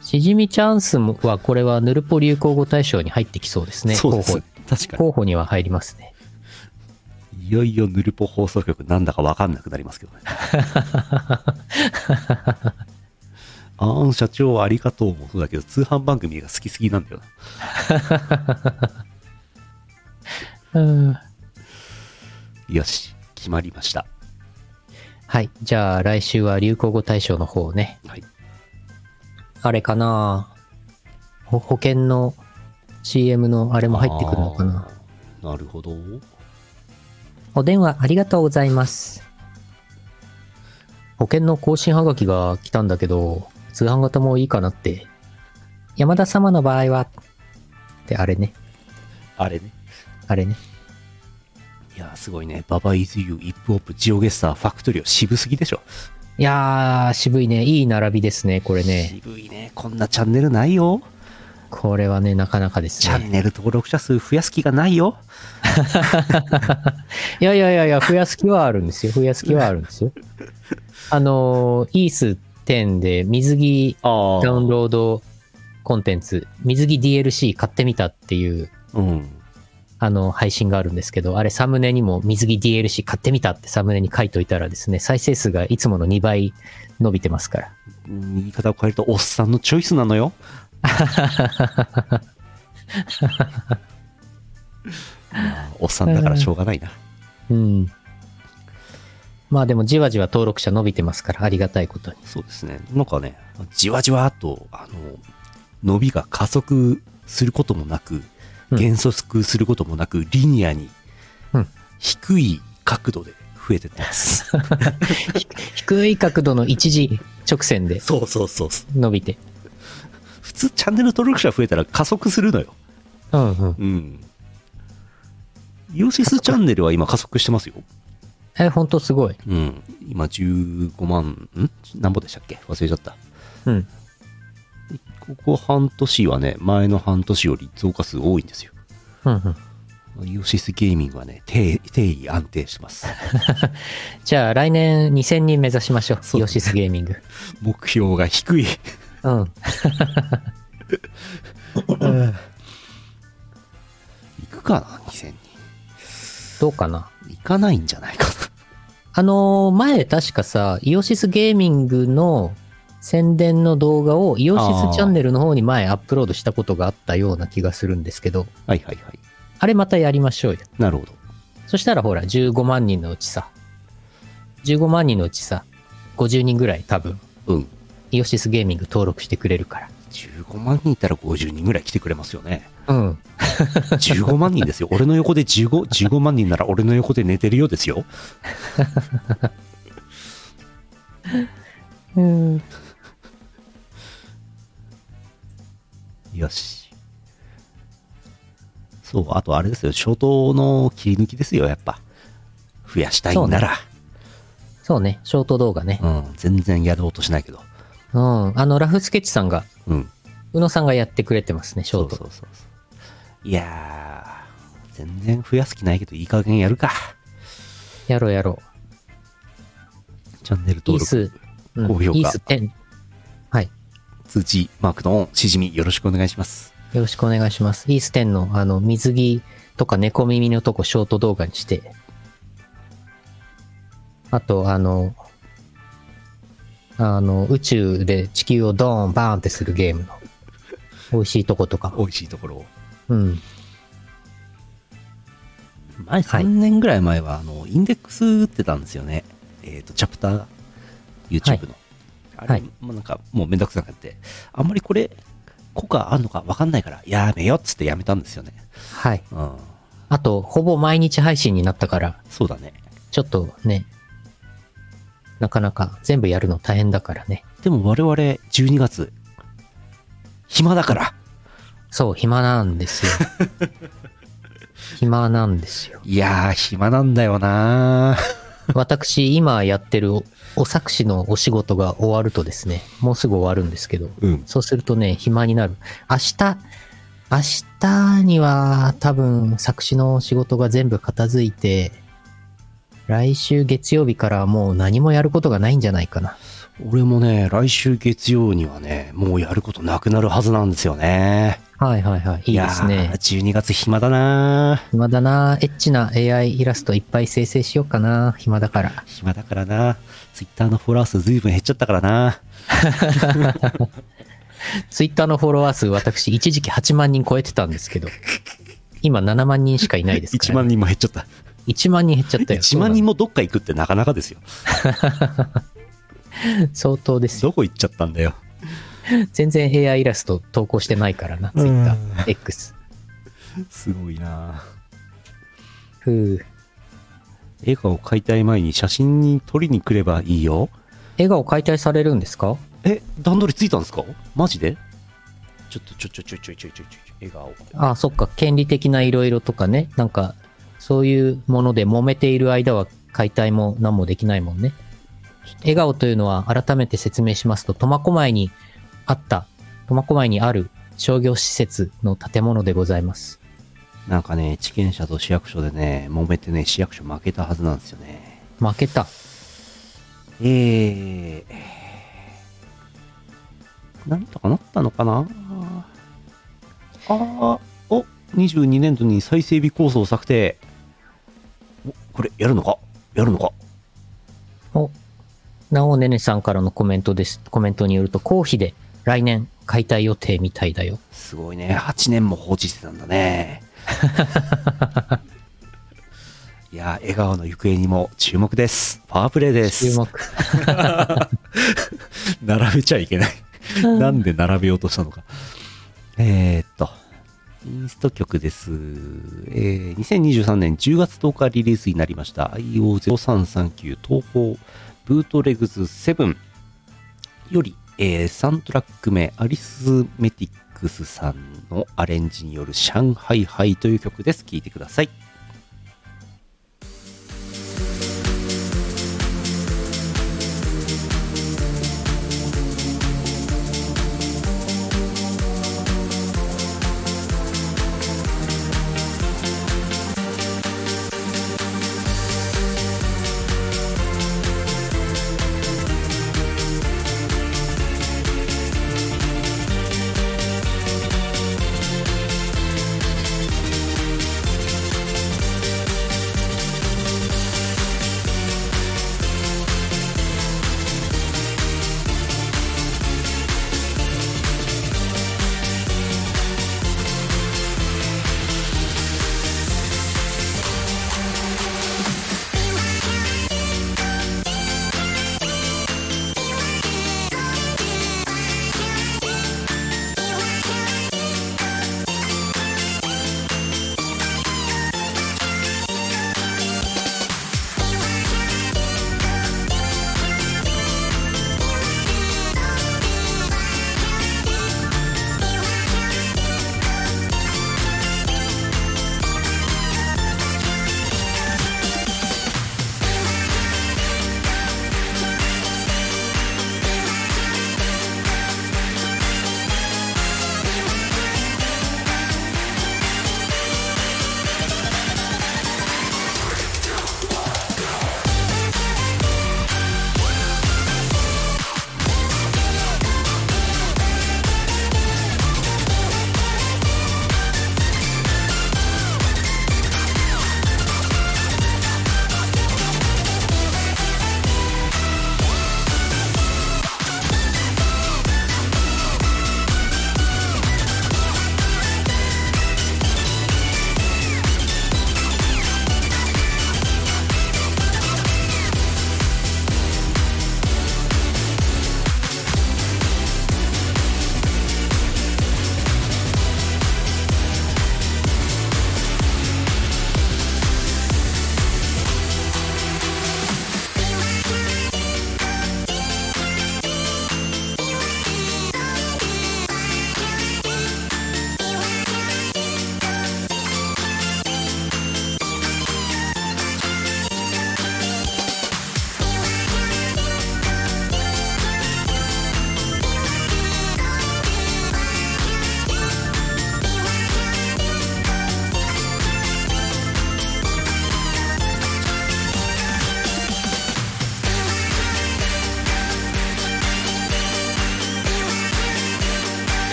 しじみチャンスもは、これはヌルポ流行語大賞に入ってきそうですね。そうです候補。確かに。候補には入りますね。いよいよヌルポ放送局なんだかわかんなくなりますけど ね。あん社長ありがとうもそうだけど通販番組が好きすぎなんだよな。うん。よし、決まりました。はい。じゃあ、来週は流行語大賞の方をね。はい。あれかなほ保険の CM のあれも入ってくるのかなあーなるほど。お電話ありがとうございます。保険の更新はがきが来たんだけど、通販型もいいかなって。山田様の場合は、ってあれね、あれね。あれね。いやー、すごいね。ババイズユー、イップオップ、ジオゲッサー、ファクトリオ、渋すぎでしょ。いやー、渋いね。いい並びですね、これね。渋いね。こんなチャンネルないよ。これはね、なかなかですチャね。ンネル登録者数増やす気がないよ。いやいやいやいや、増やす気はあるんですよ。増やす気はあるんで すよ。あのー、イース10で水着あダウンロードコンテンツ、水着 DLC 買ってみたっていう、うん。あの、配信があるんですけど、あれサムネにも水着 DLC 買ってみたってサムネに書いといたらですね、再生数がいつもの2倍伸びてますから。うん言い方を変えると、おっさんのチョイスなのよ。まあおっさんだからしょうがないな。うん。まあでもじわじわ登録者伸びてますから、ありがたいことに。そうですね。なんかね、じわじわっと、あの、伸びが加速することもなく、うん減速することもなく、リニアにうん、低い角度で増えてって ます。低い角度の一時直線でそうそうそう。伸びて。普通、チャンネル登録者増えたら加速するのよ。うんうん。うん。イオシスチャンネルは今加速してますよ。え、ほんとすごい。うん。今15万、ん何ぼでしたっけ忘れちゃった。うん。ここ半年はね、前の半年より増加数多いんですよ。うんうん。イオシスゲーミングはね、定定位安定してます。 じゃあ来年2000人目指しましょう。そうイオシスゲーミング。目標が低い。 うん。いくかな ?2000 どうかな。人。いかないんじゃない かあのー前確かさ、イオシスゲーミングの宣伝の動画をイオシスチャンネルの方に前アップロードしたことがあったような気がするんですけど、な。はいはいはい。あれまたやりましょうよ。なるほど。そしたらほら、15万人のうちさ、15万人のうちさ、50人ぐらい多分、うん。イオシスゲーミング登録してくれるか15万人いたら50人ぐらい来てくれますよね。ら。うん。 15万人ですよ。俺の横で15、15万人なら俺の横で寝てるようですよ。うん。よし。そう、あとあれですよ。初頭の切り抜きですよ、やっぱ。増やしたいんなら。そうね、ショート動画ね。うん。全然やろうとしないけど。うん。あの、ラフスケッチさんが、うん。宇野さんがやってくれてますね、ショート。そうそうそうそういやー全然増やす気ないけどいい加減やるかやろうやろチャンネルう。イー登録ス、うん高評価イース10。はい。通知マークのオンしじみよろしくお願いしますよろしくお願いします。イース10の、あの、水着とか猫耳のとこショート動画にして、あと、あの、あの、宇宙で地球をドーン、バーンってするゲームの、美味しいとことかも。美味しいところをうん。前は3い年ぐらい前はあのインデックス打ってたんですよねえっ、とチャプター YouTube の、あはれいもうなんかもうめんどくさくなってあんまりこれ効果あんのかわかんないからやめよっつってやめたんですよねはい。うんあと、ほぼ毎日配信になったから、そうだねちょっとね、なかなか全部やるの大変だからね。でも我々12月暇だからそう、暇なんですよ。暇なんですよ。いやー暇なんだよなー 私、今やってるおお作詞のお仕事が終わるとですね、もうすぐ終わるんですけど、うん。そうするとね、暇になる。明日、明日には多分作詞の仕事が全部片付いて、来週月曜日からはもう何もやることがないんじゃないかな。俺もね、来週月曜にはね、もうやることなくなるはずなんですよね。はいはいはい。いいですやね。ー12月暇だなー暇だなエッチな AI イラストいっぱい生成しようかな暇だから。暇だからなツイッターのフォロワー数ずいぶん減っちゃったからなツイッターのフォロワー数、私、一時期8万人超えてたんですけど、今7万人しかいないですから、 1万人も減っちゃった。 1万人減っちゃったよ。 1万人もどっか行くってなかなかですよ。相当ですよ。どこ行っちゃったんだよ。全然 AI イラスト投稿してないからな、ツイッター、X。すごいなふうー絵画を描いたい前に写真に撮りに来ればいいよ。笑顔解体されるんですかえ、段取りついたんですかマジでちょっとちょちょちょちょちょちょちょ、笑顔。ああ、そっか、権利的ないろいろとかね、なんか、そういうもので揉めている間は解体も何もできないもんね。笑顔というのは改めて説明しますと、苫小牧にあった、苫小牧にある商業施設の建物でございます。なんかね、地権者と市役所でね、揉めてね、市役所負けたはずなんですよね。負けた。えー、なんとかなったのかなあー、お、22年度に再整備構想策定。お、これ、やるのかやるのかお、なおねねさんからのコメントです。コメントによると、公費で来年解体予定みたいだよ。すごいね、8年も放置してたんだね。いやー笑顔の行方にも注目ですパワープレイで注す 目。並べちゃいけないなんで並べようとしたのかえー、っとインスト曲です、えー2023年10月10日リリースになりました IO0339 東宝ブートレグズ7より、えー3トラック目アリスメティックスさんのアレンジによる「上海ハイ」という曲です聴いてください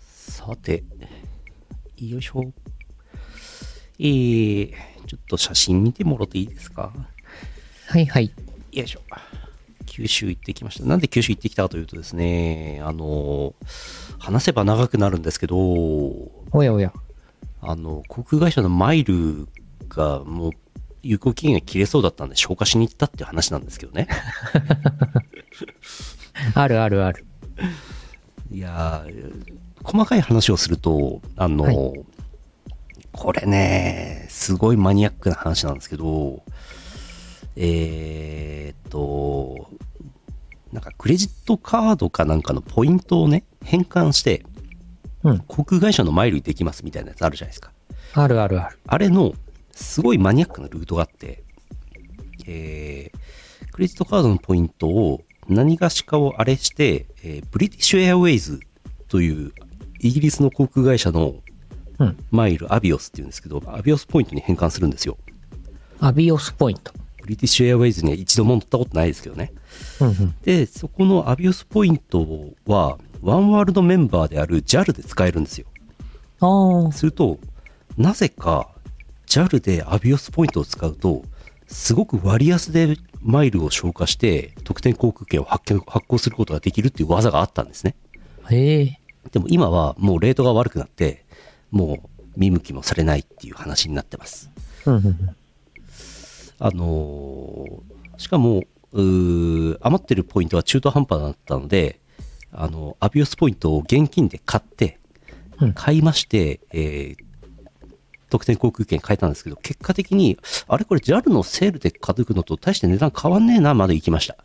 さて、よいしょ。えー、ちょっと写真見てもろていいですかはいはい。よいしょ。九州行ってきました。なんで九州行ってきたかというとですね、あの、話せば長くなるんですけど、おやおや。あの、航空会社のマイルがもう有効期限が切れそうだったんで消化しに行ったっていう話なんですけどね。あるあるある。いやー細かい話をすると、あの、はいこれね、すごいマニアックな話なんですけど、えーっと、なんかクレジットカードかなんかのポイントをね、変換して、うん。航空会社のマイルできますみたいなやつあるじゃないですか。あるあるある。あれの、すごいマニアックなルートがあって、えークレジットカードのポイントを何がしかをあれして、えーブリティッシュエアウェイズというイギリスの航空会社のうん。マイルアビオスっていうんですけど、アビオスポイントに変換するんですよ。アビオスポイント。ブリティッシュエアウェイズには一度も乗ったことないですけどね。うんうん。で、そこのアビオスポイントは、ワンワールドメンバーである JAL で使えるんですよ。あすると、なぜか JAL でアビオスポイントを使うと、すごく割安でマイルを消化して、特典航空券を発見発行することができるっていう技があったんですね。あ。へえ。でも今はもうレートが悪くなって、もう見向きもされないっていう話になってます。うんうんうん。あのーしかも、うー余ってるポイントは中途半端だったので、あの、アビオスポイントを現金で買って、うん買いまして、えー特典航空券買えたんですけど、結果的に、あれこれ JAL のセールで買うのと大して値段変わんねえなまで行きま した。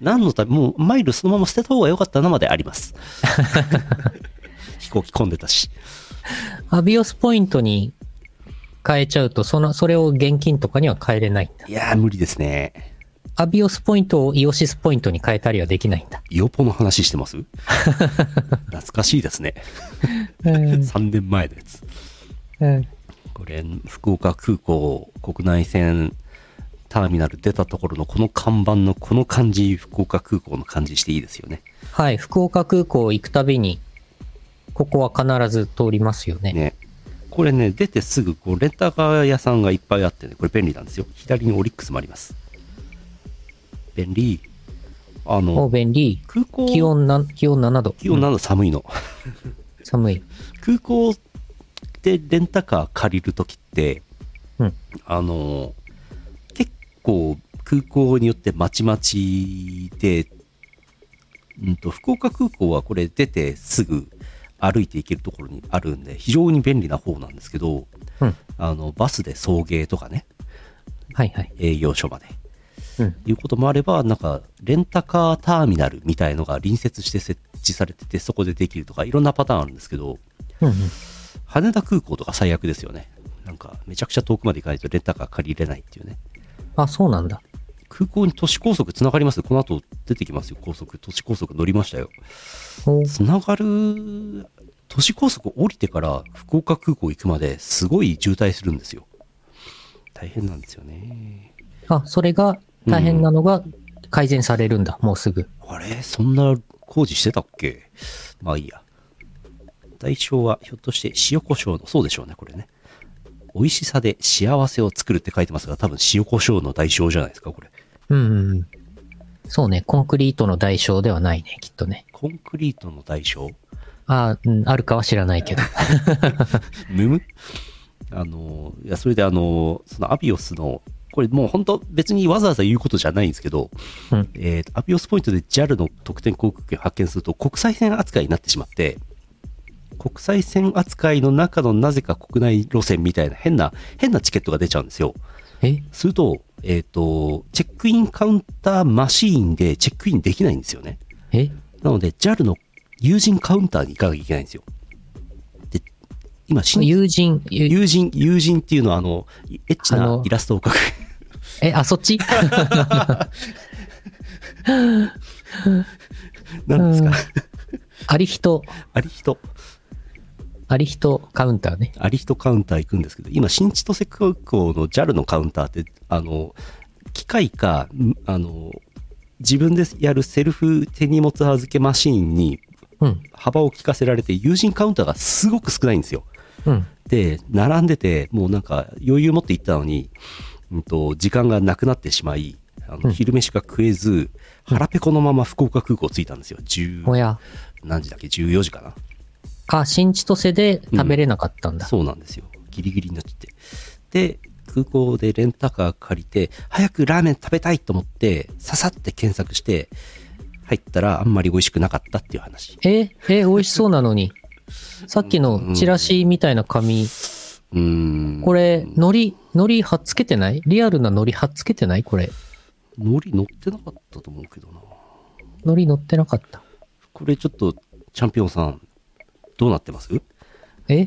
何のため、もうマイルそのまま捨てた方が良かったなまであり ます。 飛行機混んでたし。アビオスポイントに変えちゃうと、その、それを現金とかには変えれないんだ。いやー無理ですね。アビオスポイントをイオシスポイントに変えたりはできないんだ。イオポの話して ます懐かしいですね。うん。 3年前のやつ。うん。これ、福岡空港国内線ターミナル出たところのこの看板のこの感じ、福岡空港の感じしていいですよね。はい。福岡空港行くたびに、ここは必ず通りますよね。ね。これね、出てすぐこうレンタカー屋さんがいっぱいあってね、これ便利なんですよ。左にオリックスもあります。便利。あお、の、便利。空港、気温な、気温7度。気温なの寒いの。寒い。空港でレンタカー借りるときって、うんあの結構空港によってまちまちで、うん、と福岡空港はこれ出てすぐ歩いて行けるところにあるんで非常に便利な方なんですけどうん。あのバスで送迎とかねはいはい。営業所までうん。いうこともあればなんかレンタカーターミナルみたいのが隣接して設置されててそこでできるとかいろんなパターンあるんですけどうんうん。羽田空港とか最悪ですよね。なんか、めちゃくちゃ遠くまで行かないとレンタカー借りれないっていうね。あ、そうなんだ。空港に都市高速つながりますこの後出てきますよ、高速。都市高速乗りましたよ。おつながる、都市高速降りてから福岡空港行くまですごい渋滞するんですよ。大変なんですよね。あ、それが大変なのが改善されるんだ。もうすぐ。あれそんな工事してたっけまあいいや。代償はひょっとして塩コショウの、そうでしょうね、これね。美味しさで幸せを作るって書いてますが、多分塩コショウの代償じゃないですか、これ。うんうんうん。そうね。コンクリートの代償ではないね。きっとね。コンクリートの代償あ、うん、あるかは知らない けど。むむあの、いや、それであの、そのアビオスの、これもう本当別にわざわざ言うことじゃないんですけど、うんえーとアビオスポイントで JAL の特典航空券を発見すると国際線扱いになってしまって、国際線扱いの中のなぜか国内路線みたいな変な、変なチケットが出ちゃうんですよ。えすると、えっ、と、チェックインカウンターマシーンでチェックインできないんですよね。えなので JAL の友人カウンターに行かなきゃいけないんですよ。で、今、新友人、ゆ友人、友人っていうのは、あの、いエッチあなのイラストを描く。 え、あ、そっち 何ですか、アリヒト、アリヒト、アリヒトカウンターね。アリヒトカウンター行くんですけど、今、新千歳空港の JAL のカウンターって、あの、機械か、んあの、自分でやるセルフ手荷物預けマシーンにうん。幅を利かせられて、友人カウンターがすごく少ないんですよ。うん。で、並んでて、もうなんか余裕持って行ったのに、うん、と時間がなくなってしまい、あうのん昼飯が食えず、腹ペコのまま福岡空港着いたんですよ。お10、や。何時だっけ ?14 時かな。あ、新千歳で食べれなかったんだ。そうなんですよ。ギリギリになっちゃって。で、空港でレンタカー借りて、早くラーメン食べたいと思って、ささって検索して、入ったらあんまり美味しくなかったっていう話。ええ美味しそうな のに。さっきのチラシみたいな紙、うーん。これ、海苔、海苔貼っつけてないリアルな海苔貼っつけてないこれ。海苔乗ってなかったと思うけどな。海苔乗ってなかった。これちょっと、チャンピオンさん、どうなってます え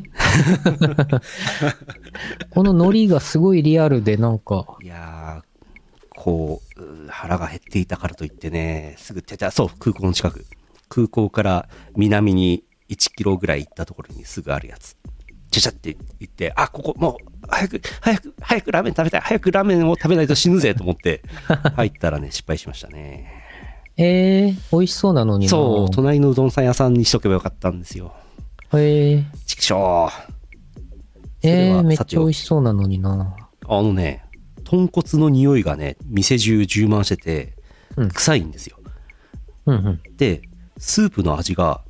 この海苔がすごいリアルでなんか、いやー、こううー、腹が減っていたからといってね、すぐ、ちゃちゃ、そう、空港の近く。空港から南に1キロぐらい行ったところにすぐあるやつ。ちゃちゃって行って、あ、ここ、もう、早く、早く、早くラーメン食べたい、早くラーメンを食べないと死ぬぜと思 って、入ったらね、失敗しましたね。えー、美味しそうなのになそう、隣のうどんさん屋さんにしとけばよかったんですよ。えー、ちくしょう。えー、めっさてちゃお美き味しそうなのになあのね、豚骨の匂いがね、店中充満しててうん、臭いんですよ。うんうん。でスープの味が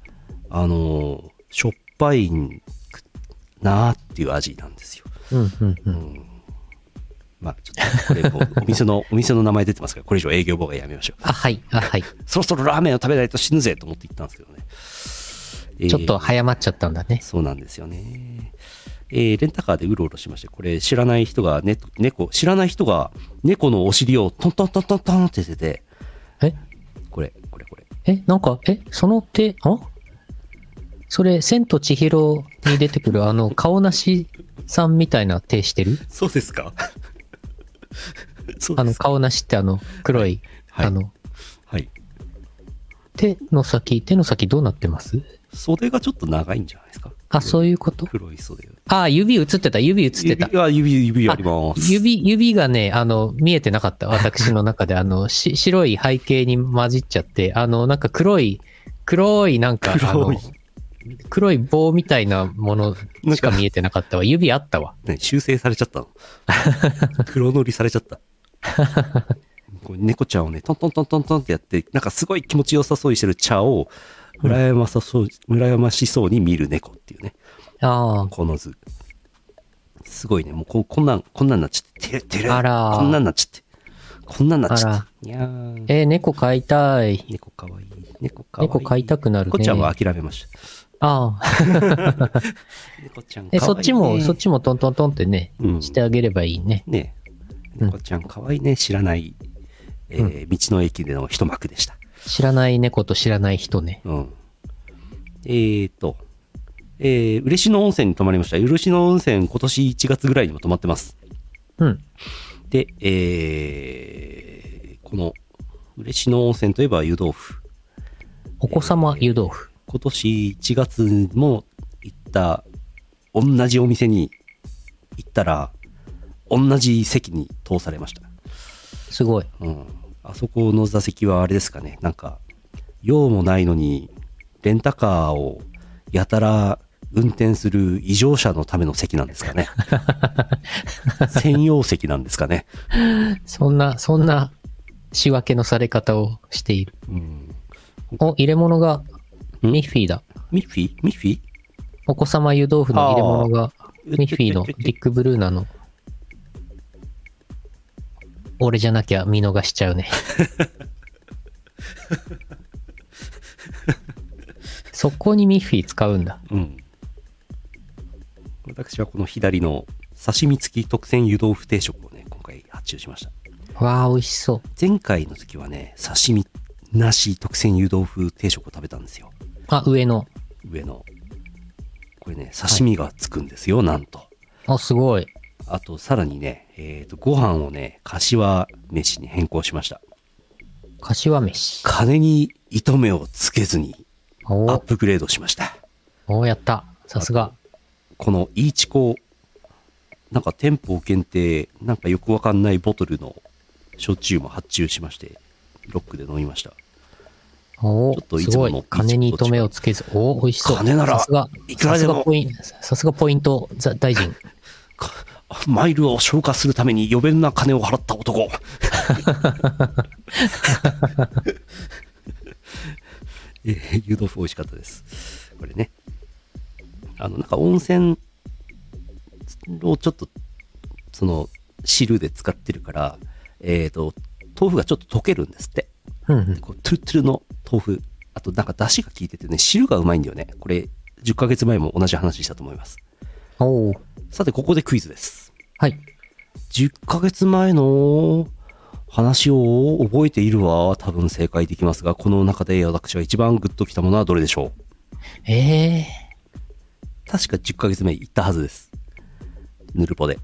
あのーしょっぱいなーっていう味なんですようんうんうん。まあちょっとこれも うお店のお店の名前出てますからこれ以上営業妨害やめましょうあ、はい、あ、はい。そろそろラーメンを食べないと死ぬぜと思って行ったんですけどね、えーちょっと早まっちゃったんだね。そうなんですよねえーレンタカーでうろうろしましてこれ知らない人が、ね、猫知らない人が猫のお尻をトントントントントンって出ててえこれこれこれえ、なんか、え、その手、あそれ、千と千尋に出てくる、あの、顔なしさんみたいな手してるそうですかそうあでの、すか顔なしってあの、黒い、はいあの、はい手の先、手の先どうなってます袖がちょっと長いんじゃないですかあ、そういうこと黒い袖が。あ、指映ってた、指映ってた指。は指、指あります。指、指がね、あの、見えてなかった。私の中で、あの、し白い背景に混じっちゃって、あの、なんか黒い、黒い、なんか、あ黒いの、黒い棒みたいなものなんしかか見えてなかったわ。指あったわ。ね修正されちゃ ったの。黒塗りされちゃった。こう猫ちゃんをね、トントントントントンってやって、なんかすごい気持ちよさそうにしてる茶を、羨まさそう、羨ましそうに見る猫っていうね、あこの図。すごいね、もうここんなん、こんなんなっちゃって、てれてれ、こあらーんなんなっちゃって、こんなんなっちゃあっらて、にゃーんー。えー猫飼いたい。猫かわいい、猫かわいい。猫飼いたくなるね。猫ちゃんは諦めました。ああ。猫ちゃんかわい え、いねそっちも、そっちもトントントンってね、うんしてあげればいいね。ねえ、うん猫ちゃんかわいいね、知らない、えー道の駅での一幕でした。知らない猫と知らない人ね。うん。えーと、えー、嬉野温泉に泊まりました。嬉野温泉、今年1月ぐらいにも泊まってます。うん。で、えー、この、嬉野温泉といえば湯豆腐。お子様湯豆腐。今年1月も行った、同じお店に行ったら、同じ席に通されました。すごい。うん、あそこの座席はあれですかね、なんか、用もないのに、レンタカーをやたら運転する異常者のための席なんですかね。専用席なんですかね。そんな、そんな仕分けのされ方をしている。うん、お、入れ物が、んミッフィーだ。ミッフィーミッフィーお子様湯豆腐の入れ物が、ーミッフィーのビッグブルーなの。俺じゃなきゃ見逃しちゃ うね。そこにミッフィー使うんだ。うん。私はこの左の刺身付き特選湯豆腐定食をね、今回発注しました。わあ、美味しそう。前回の時はね、刺身なし特選湯豆腐定食を食べたんですよ。あ、上の。上のこれね刺身がつくんですよ、なんとあ、すごい。あとさらにねえっ、とご飯をね柏飯に変更しました柏飯。金に糸目をつけずにおアッープグレードしましたおー、やった。さすが。このいいちこなんか店舗限定なんかよくわかんないボトルの焼酎も発注しましてロックで飲みましたおちょっとお、いすつもごのい。金に糸目をつけず。おお、美味しそう。金ならさすが、いくらでもさすがポインさすがポイント、ざ大臣。かマイルを消化するために余分な金を払った男えー湯豆腐美味しかったですこれねあのなんか温泉をちょっとその汁で使ってるから、えー、と豆腐がちょっと溶けるんですってうんうん。こうトゥルトゥルの豆腐あとなんか出汁が効いててね汁がうまいんだよねこれ10ヶ月前も同じ話したと思いますおーさてここでクイズですはい。 10ヶ月前の話を覚えているは多分正解できますがこの中で私は一番グッときたものはどれでしょうええ確か10ヶ月前言ったはずですヌルポで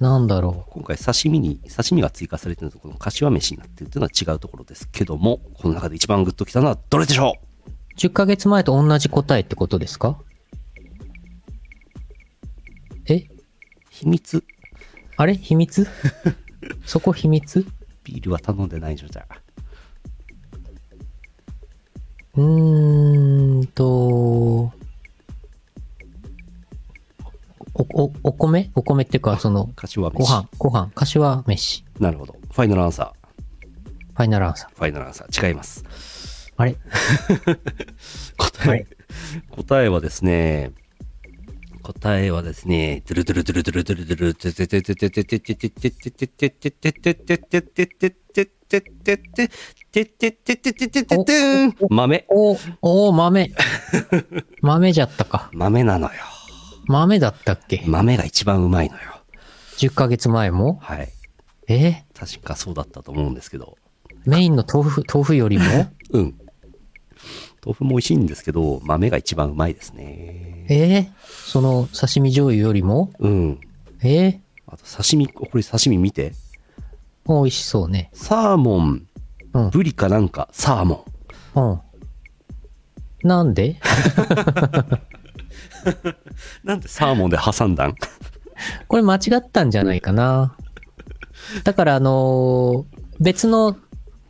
ー、なんだろ今回刺身に刺身が追加されてるのとこの柏飯になってるというのは違うところですけどもこの中で一番グッときたのはどれでしょうう。10ヶ月前と同じ答えってことですかえ秘密あれ秘密そこ秘密ビールは頼んでない状態うーんと、お、お、お米お米っていうか、その、柏飯ご飯、ご飯、柏飯、なるほどファイナルアンサファイナルアンサー。ーファイナルアンサー違いますあれ答え、はい答えはですね、答えはですね、ドゥルドゥルドゥルドゥルドゥルドゥルドゥルドゥルドゥルドゥルドゥルドゥルドゥルドゥ豆お、お、豆。豆じゃったか。豆なのよ。豆だったっけ豆が一番うまいのよ。 10ヶ月前もはい。え確かそうだったと思うんですけど。メインの豆腐、豆腐よりもうん。豆腐も美味しいんですけど、豆が一番うまいですね。えその刺身醤油よりもうん。えあと刺身、これ刺身見て。美味しそうね。サーモン、うん。ブリかなんか、サーモン。うん。な んでなんでサーモンで挟ん だんこれ間違ったんじゃないかな。だからあのー別の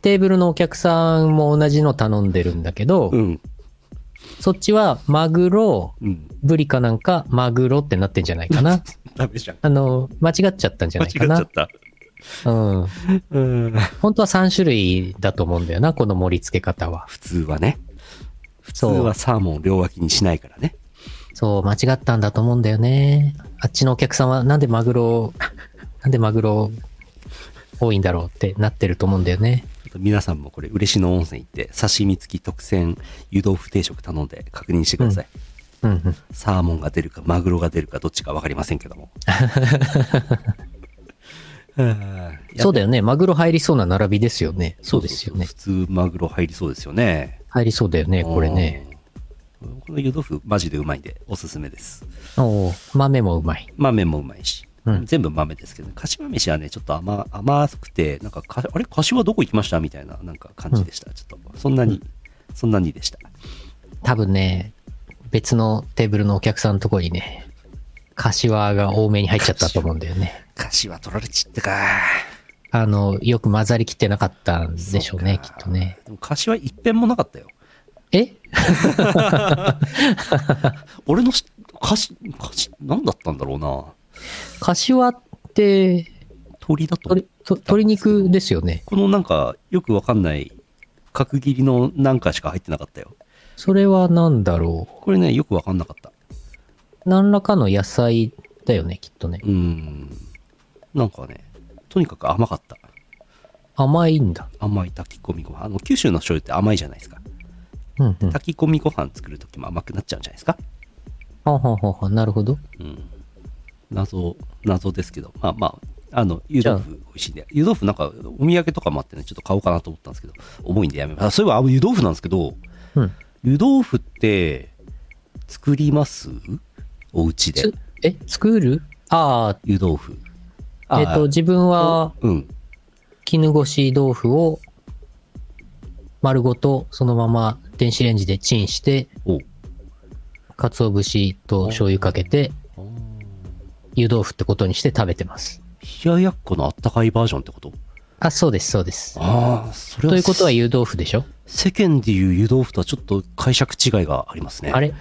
テーブルのお客さんも同じの頼んでるんだけど、ん。そっちはマグロ、うん。ブリかなんかマグロってなってんじゃないか な。ダメじゃん。あの、間違っちゃったんじゃ間違なっいちかゃなっ。た。うん。うん。本当は3種類だと思うんだよな、この盛り付け方は。普通はね。普通そはう。サーモンを両脇にしないからね。そう、間違ったんだと思うんだよね。あっちのお客さんはなんでマグ ロ、なんでマグロ多いんだろうってなってると思うんだよね。あと皆さんもこれ、嬉野温泉行って、刺身付き特選湯豆腐定食頼んで確認してください。うんうん。サーモンが出るか、マグロが出るか、どっちかわかりませんけど も。うんそうだよね。マグロ入りそうな並びですよね。そうですよね普。通マグロ入りそうですよね。入りそうだよね、これね。うん。この湯豆腐、マジでうまいんで、おすすめです。おお豆もうまい。豆もうまいし、うん全部豆ですけど、ね、柏飯はねちょっと甘甘くてなんかかあれ柏どこ行きましたみたいななんか感じでした、ちょっとそんなに、そんなにでした多分ね、別のテーブルのお客さんのとこにね、柏が多めに入っちゃったと思うんだよね。柏取られちったかあの、よく混ざりきってなかったんでしょうね、きそっかとね。でも柏一遍もなかったよえ俺のし菓子菓子何だったんだろうな柏って、鳥だと鶏、と鶏肉ですよね。このなんかよくわかんない角切りのなんかしか入ってなかったよそれは何だろこれねよくわかんなかったう。何らかの野菜だよね、きっとねう。ーんなんかねとにかく甘かった甘いんだ。甘い炊き込みご飯あの九州の醤油って甘いじゃないですかうんうん。炊き込みご飯作るときも甘くなっちゃうんじゃないですかはんはんはんはんなるほど。うん謎謎ですけどまあまああの湯豆腐美味しいんで湯豆腐なんかお土産とかもあってねちょっと買おうかなと思ったんですけど重いんでやめますあそういえばあ湯豆腐なんですけどうん。湯豆腐って作りますお家でつえ、作るあ湯豆腐あ、えっ、と、自分は、うん絹ごし豆腐を丸ごとそのまま電子レンジでチンして、お鰹節と醤油かけて、湯豆腐ってことにして食べてます。冷ややっこのあったかいバージョンってことあ、そうです、そうです。ああそれということは世湯豆腐でしょ間でいう湯豆腐とはちょっと解釈違いがありますねあれ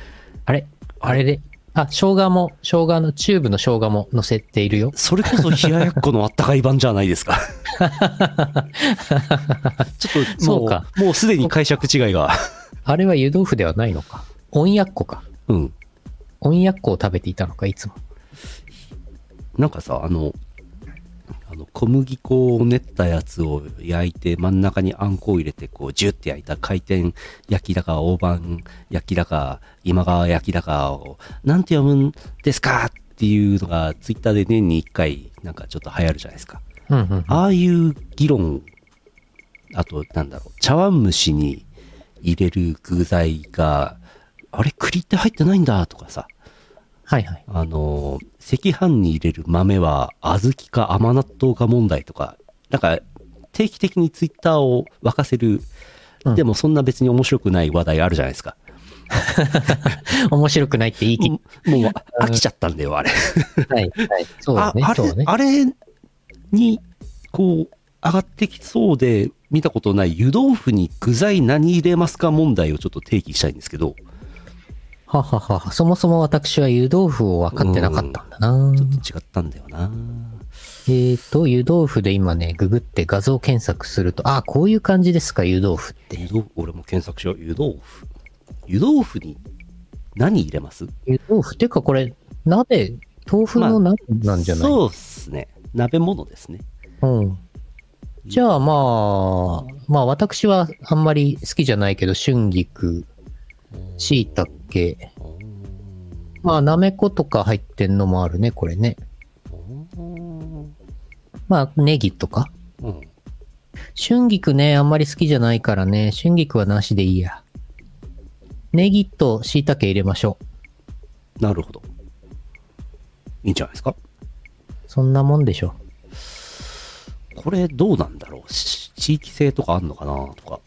あれあれであ、生姜も、生姜の、チューブの生姜も乗せているよ。それこそ冷ややっこのあったかい版じゃないです か。ちょっともそううかもうすでに解釈違いが。あれは湯豆腐ではないのか。温やっこか。うん。温やっこを食べていたのか、いつも。なんかさ、あの、あの小麦粉を練ったやつを焼いて真ん中にあんこを入れてこうジュッて焼いた回転焼きだか大判焼きだか今川焼きだかをなんて読むんですかっていうのがツイッターで年に1回なんかちょっと流行るじゃないですかうんうん。ああいう議論あとなんだろう茶碗蒸しに入れる具材があれ栗って入ってないんだとかさはいはい。あの、赤飯に入れる豆は小豆か甘納豆か問題とか、なんか定期的にツイッターを沸かせる、うんでもそんな別に面白くない話題あるじゃないですか。面白くないって言い切っもうもう飽きちゃったんだよ、あれ。て。はいはい。そうだねああ。そうれだね。あれに、こう、上がってきそうで見たことない湯豆腐に具材何入れますか問題をちょっと提起したいんですけど、はははは。そもそも私は湯豆腐を分かってなかったんだな。ちょっと違ったんだよな。えっと、湯豆腐で今ね、ググって画像検索すると、あ、こういう感じですか、湯豆腐って。湯豆腐俺も検索しよう。湯豆腐。湯豆腐に何入れます湯豆腐っていうかこれ、鍋、豆腐の鍋なんじゃない、そうっすね。鍋物ですね。うん。じゃあまあ、まあ私はあんまり好きじゃないけど、春菊、椎茸、まあなめことか入ってんのもあるね、これね。まあネギとか。うん。春菊ね、あんまり好きじゃないからね、春菊はなしでいいや。ネギと椎茸入れましょう。なるほど。いいんじゃないですかそんなもんでしょ。これどうなんだろうし地域性とかあんのかなとか。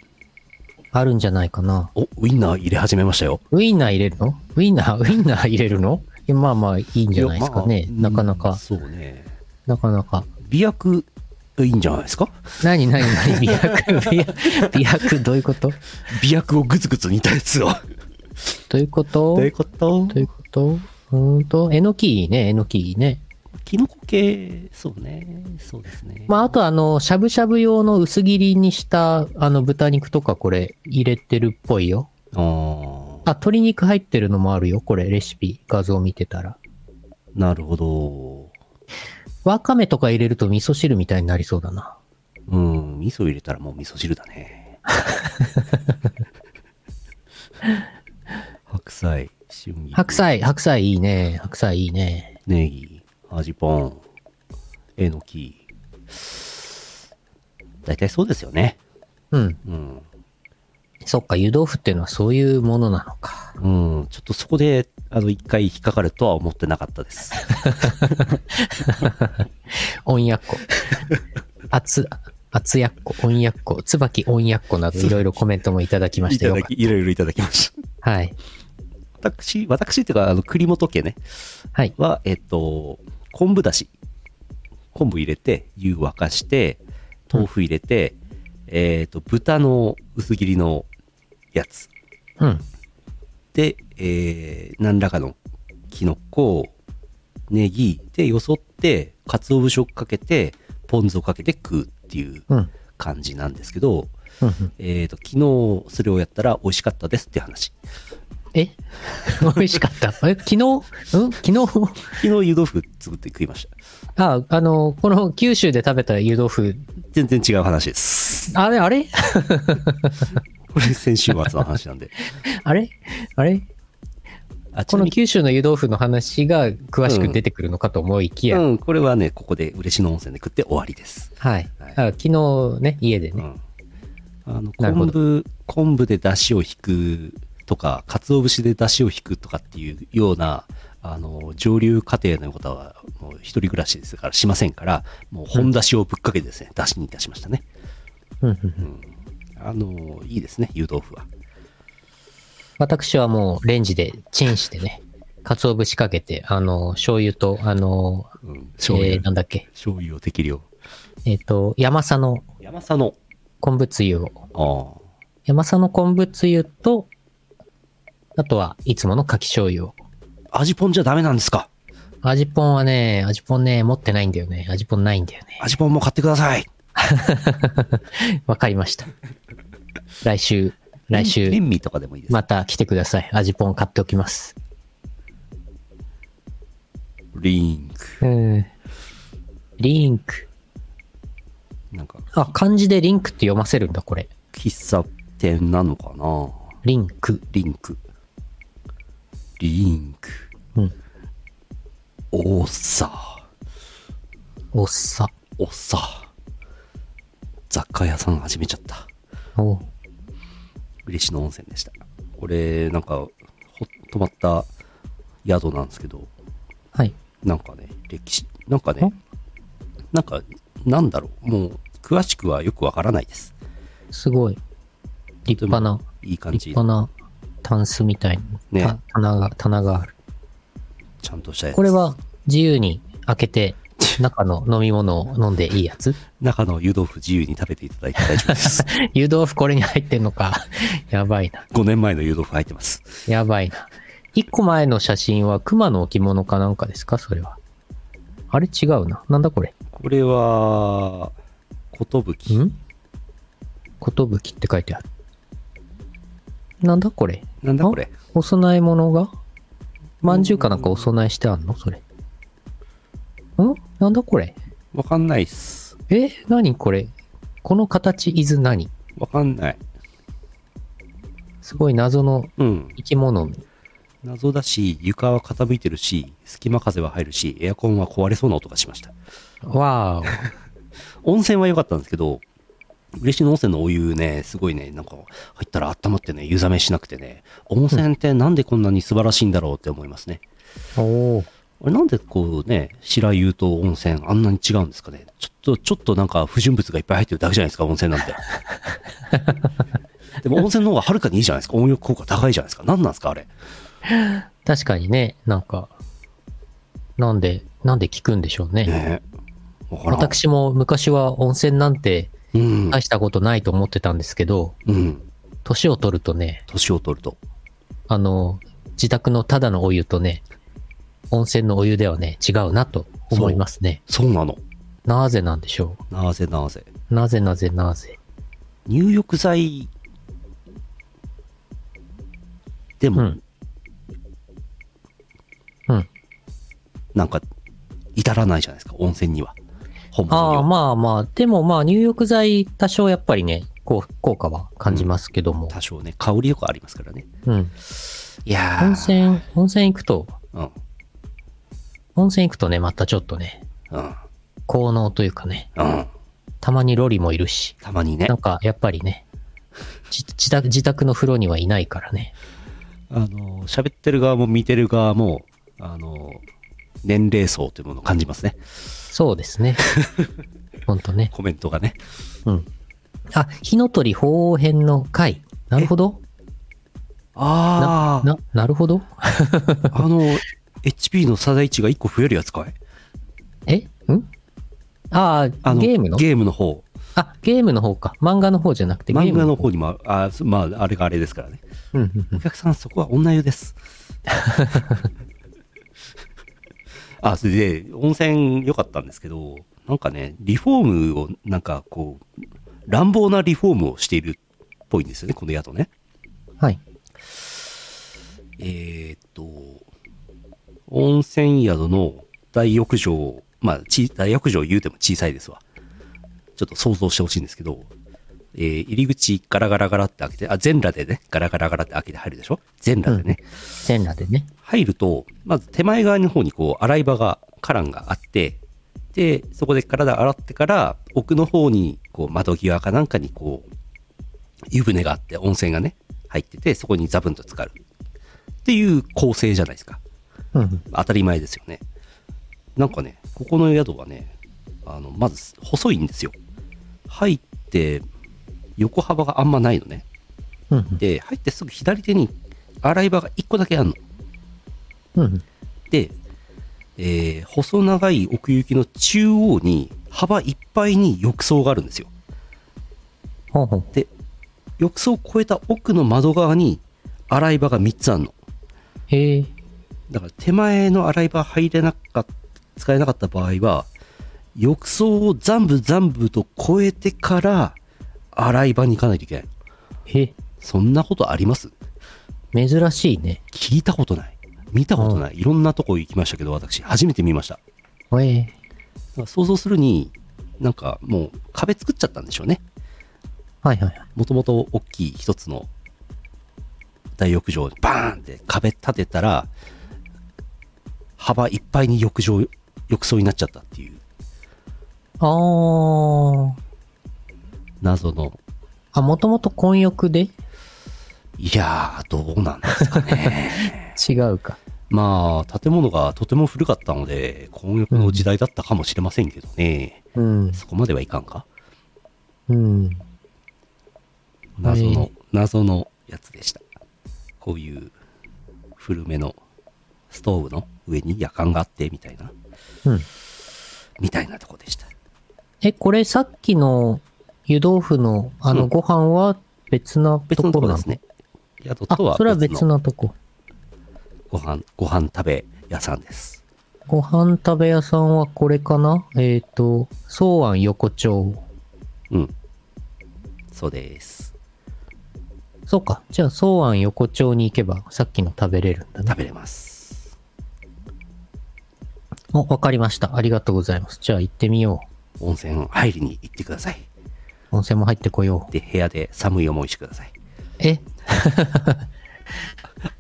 あるんじゃないかな。お、ウインナー入れ始めましたよ。ウインナー入れるのウインナー、ウ インナー入れるのいやまあまあいいんじゃないですかね。やまなあかなうんか、そうね。なかなか。美薬、いいんじゃないですか 何何何美薬、美薬、美薬、どういうこと美薬をグツグツ煮たやつを。どういうこどとどうういいうことうことうーんと、えのきいいね、えのきいいね。キノコ系、そうね。そうですね。まあ、あとあの、しゃぶしゃぶ用の薄切りにした、あの、豚肉とかこれ入れてるっぽいよ。あーあ、鶏肉入ってるのもあるよ、これ、レシピ、画像見てたら。なるほど。わかめとか入れると味噌汁みたいになりそうだな。うん、味噌入れたらもう味噌汁だ ね。白菜、春菊白菜、白菜いいね。白菜いいね。ネギ、味ポン、えのき。大体そうですよね。うん。うん。そっか、湯豆腐っていうのはそういうものなのか。うん、ちょっとそこで、あの、一回引っかかるとは思ってなかったです。 温やっ こ。熱、熱やっこ、温やっこ、椿温やっこなどいろいろコメントもいただきましたよ。いろいろいただきました。はい。私、私っていうか、あの、栗本家ね、はい。は、えっと、昆布だし。昆布入れて、湯沸かして、豆腐入れて、えっと、豚の薄切りのやつ。うん。で、えー、何らかのキノコ、ネギでよそって、鰹節をかけて、ポン酢をかけて食うっていううん。感じなんですけど、うんうんえっ、と、昨日それをやったら美味しかったですっていう話。え 美味しかった。え昨日うん昨日昨日湯豆腐作って食いました。あ、あの、この九州で食べた湯豆腐。全然違う話です。あれあれこれ先週末の話なんで。あれあれあちこなのみに九州の湯豆腐の話が詳しく出てくるのかと思いきや、うん、これはね、ここで嬉野温泉で食って終わりです。はい、はいあ昨日ね、家でうね。ん。あの、なるほ昆布、昆布で出汁を引くとか、鰹節で出汁を引くとかっていうような、あの、上流家庭の方は、もう一人暮らしですから、しませんから、もう本出汁をぶっかけてですね、出汁にいたしましたね。うんうんうんあの、いいですね、湯豆腐は。私はもうレンジでチンしてね、鰹節かけて、あの、醤油と、あの、うん、え醤油、ーなんだっけ、醤油を適量。えっ、と、山佐の山佐の、昆布つゆを、ああ、山佐の昆布つゆと、あとはいつものかき醤油を。味ポンじゃダメなんですか味ぽんはね、味ぽんね、持ってないんだよね。味ぽんないんだよね。味ポンも買ってください。わかりました。来週、来週。塩味とかでもいいです。また来てください。味ぽん買っておきます。リンク。うん。リンク。なんか、あ、漢字でリンクって読ませるんだ、これ。喫茶店なのかなリンク。リンク。リンク。うん。おっさ。おっさ。おっさ。雑貨屋さん始めちゃった。おう嬉野温泉でした。これ、なんか、ほ泊まった宿なんですけど、はい。なんかね、歴史、なんかね、なんか、なんだろう、もう、詳しくはよくわからないです。すごい。立派な、いい感立じ、派なタンスみたいねな、た棚が、棚がある。ちゃんとしたやつ。これは自由に開けて、中の飲み物を飲んでいいやつ中の湯豆腐自由に食べていただいて大丈夫 です。湯豆腐これに入ってんのか。 やばいな。 5年前の湯豆腐入ってます。やばいな。一個前の写真は熊の置物かなんかですかそれは。あれ違うな。なんだこれ。これは、ことぶき。んことぶきって書いてある。なんだこれ。なんだこれお供え物がまんじゅうかなんかお供えしてあんのそれ。んなんだこれわかんないっす。え何これこの形伊豆何わかんない。すごい謎のうん。生き物。謎だし、床は傾いてるし、隙間風は入るし、エアコンは壊れそうな音がしました。わ温泉は良かったんですけど、嬉野温泉のお湯ね、すごいね、なんか入ったら温まってね、湯冷めしなくてね、温泉ってなんでこんなに素晴らしいんだろうって思いますね。ーお。おお。あれなんでこうね、白湯と温泉あんなに違うんですかね。ちょっと、ちょっとなんか不純物がいっぱい入ってるだけじゃないですか、温泉なん て。でも温泉の方がはるかにいいじゃないですか。温浴効果高いじゃないですか。何なんですか、あれ。確かにね、なんか、なんで、なんで聞くんでしょうね。ねえ。わからん。私も昔は温泉なんてうん。大したことないと思ってたんですけど、うん。年を取るとね、年を取ると。あの、自宅のただのお湯とね、温泉のお湯ではね、違うなと思いますね。そうなの。なぜなんでしょなぜなぜ。う。なぜなぜなぜ。入浴剤でうもん。うん。なんか至らないじゃないですか、温泉には本物にああ、は、まあまあ、でもまあ入浴剤多少やっぱりね、こう、効果は感じますけども。多少ね香りよくありますからねうん。いやー温泉、温泉行くと、うん温泉行くとね、またちょっとね、うん効能というかね、うんたまにロリもいるし、たまにねなんかやっぱりね、じ自宅自宅の風呂にはいないからね。あの喋ってる側も見てる側もあの年齢層というものを感じますねそうです ね。ほんとね。コメントがねうん。あ、火の鳥鳳凰編の回。なるほど。あな、なるほど。ああの HP の差値が1個増えるやつかいえんあああ、のゲームのゲームの方あ、ゲームの方か。漫画の方じゃなくてゲーム漫画の方にもああ、まあ、あれがあれですからねうんうんうおん。客さん、そこは女湯です。 あ、それで、温泉良かったんですけど、なんかね、リフォームを、なんかこう、乱暴なリフォームをしているっぽいんですよね、この宿ね。はい。えーっと、温泉宿の大浴場、まあ、ち大浴場言うても小さいですわ。ちょっと想像してほしいんですけど、えー入り口ガラガラガラって開けて、あ、全裸でね、ガラガラガラって開けて入るでしょ全裸でね。全裸でね。入ると、まず手前側の方にこう、洗い場が、花壇があって、で、そこで体洗ってから、奥の方に、こう、窓際かなんかにこう、湯船があって、温泉がね、入ってて、そこにザブンと浸かる。っていう構成じゃないですか。うんうん。当たり前ですよね。なんかね、ここの宿はね、あの、まず、細いんですよ。入って、横幅があんまないのね。うんうんで、入ってすぐ左手に、洗い場が1個だけあんの。うんうん。で、えー細長い奥行きの中央に幅いっぱいに浴槽があるんですよほうほう。で浴槽を越えた奥の窓側に洗い場が3つあるのへえ。だから手前の洗い場入れなかった使えなかった場合は浴槽を全部全部と越えてから洗い場に行かないといけないえ、そんなことあります珍しいね。聞いたことない見たことないいろんなとこ行きましたけど私初めて見ましたええ。だから想像するになんかもう壁作っちゃったんでしょうね。はいはい。もともと大きい一つの大浴場にバーンって壁立てたら、幅いっぱいに浴場、浴槽になっちゃったっていうあー。謎の、あ、もともと混浴でいやー、どうなん ですかね。違うか。まあ、建物がとても古かったので、混浴の時代だったかもしれませんけどね。うん。そこまではいかんかうん。謎の、はい謎のやつでした。こういう古めのストーブの上に夜間があってみたいな、うん。みたいなとこでした。え、これさっきの湯豆腐のあうのんご飯は別な別とのとこころろでなのすね。宿とあ、はそれは別なとこ。ご飯、ご飯食べ屋さんです。ご飯食べ屋さんはこれかなえっ、と、草庵横丁。うん。そうです。そうか。じゃあ、草庵横丁に行けばさっきの食べれるんだね食。べれます。お、わかりました。ありがとうございます。じゃあ行ってみよ温泉入りに行ってください。う。温泉も入ってこよう。で、部屋で寒い思いしてくださ い。え、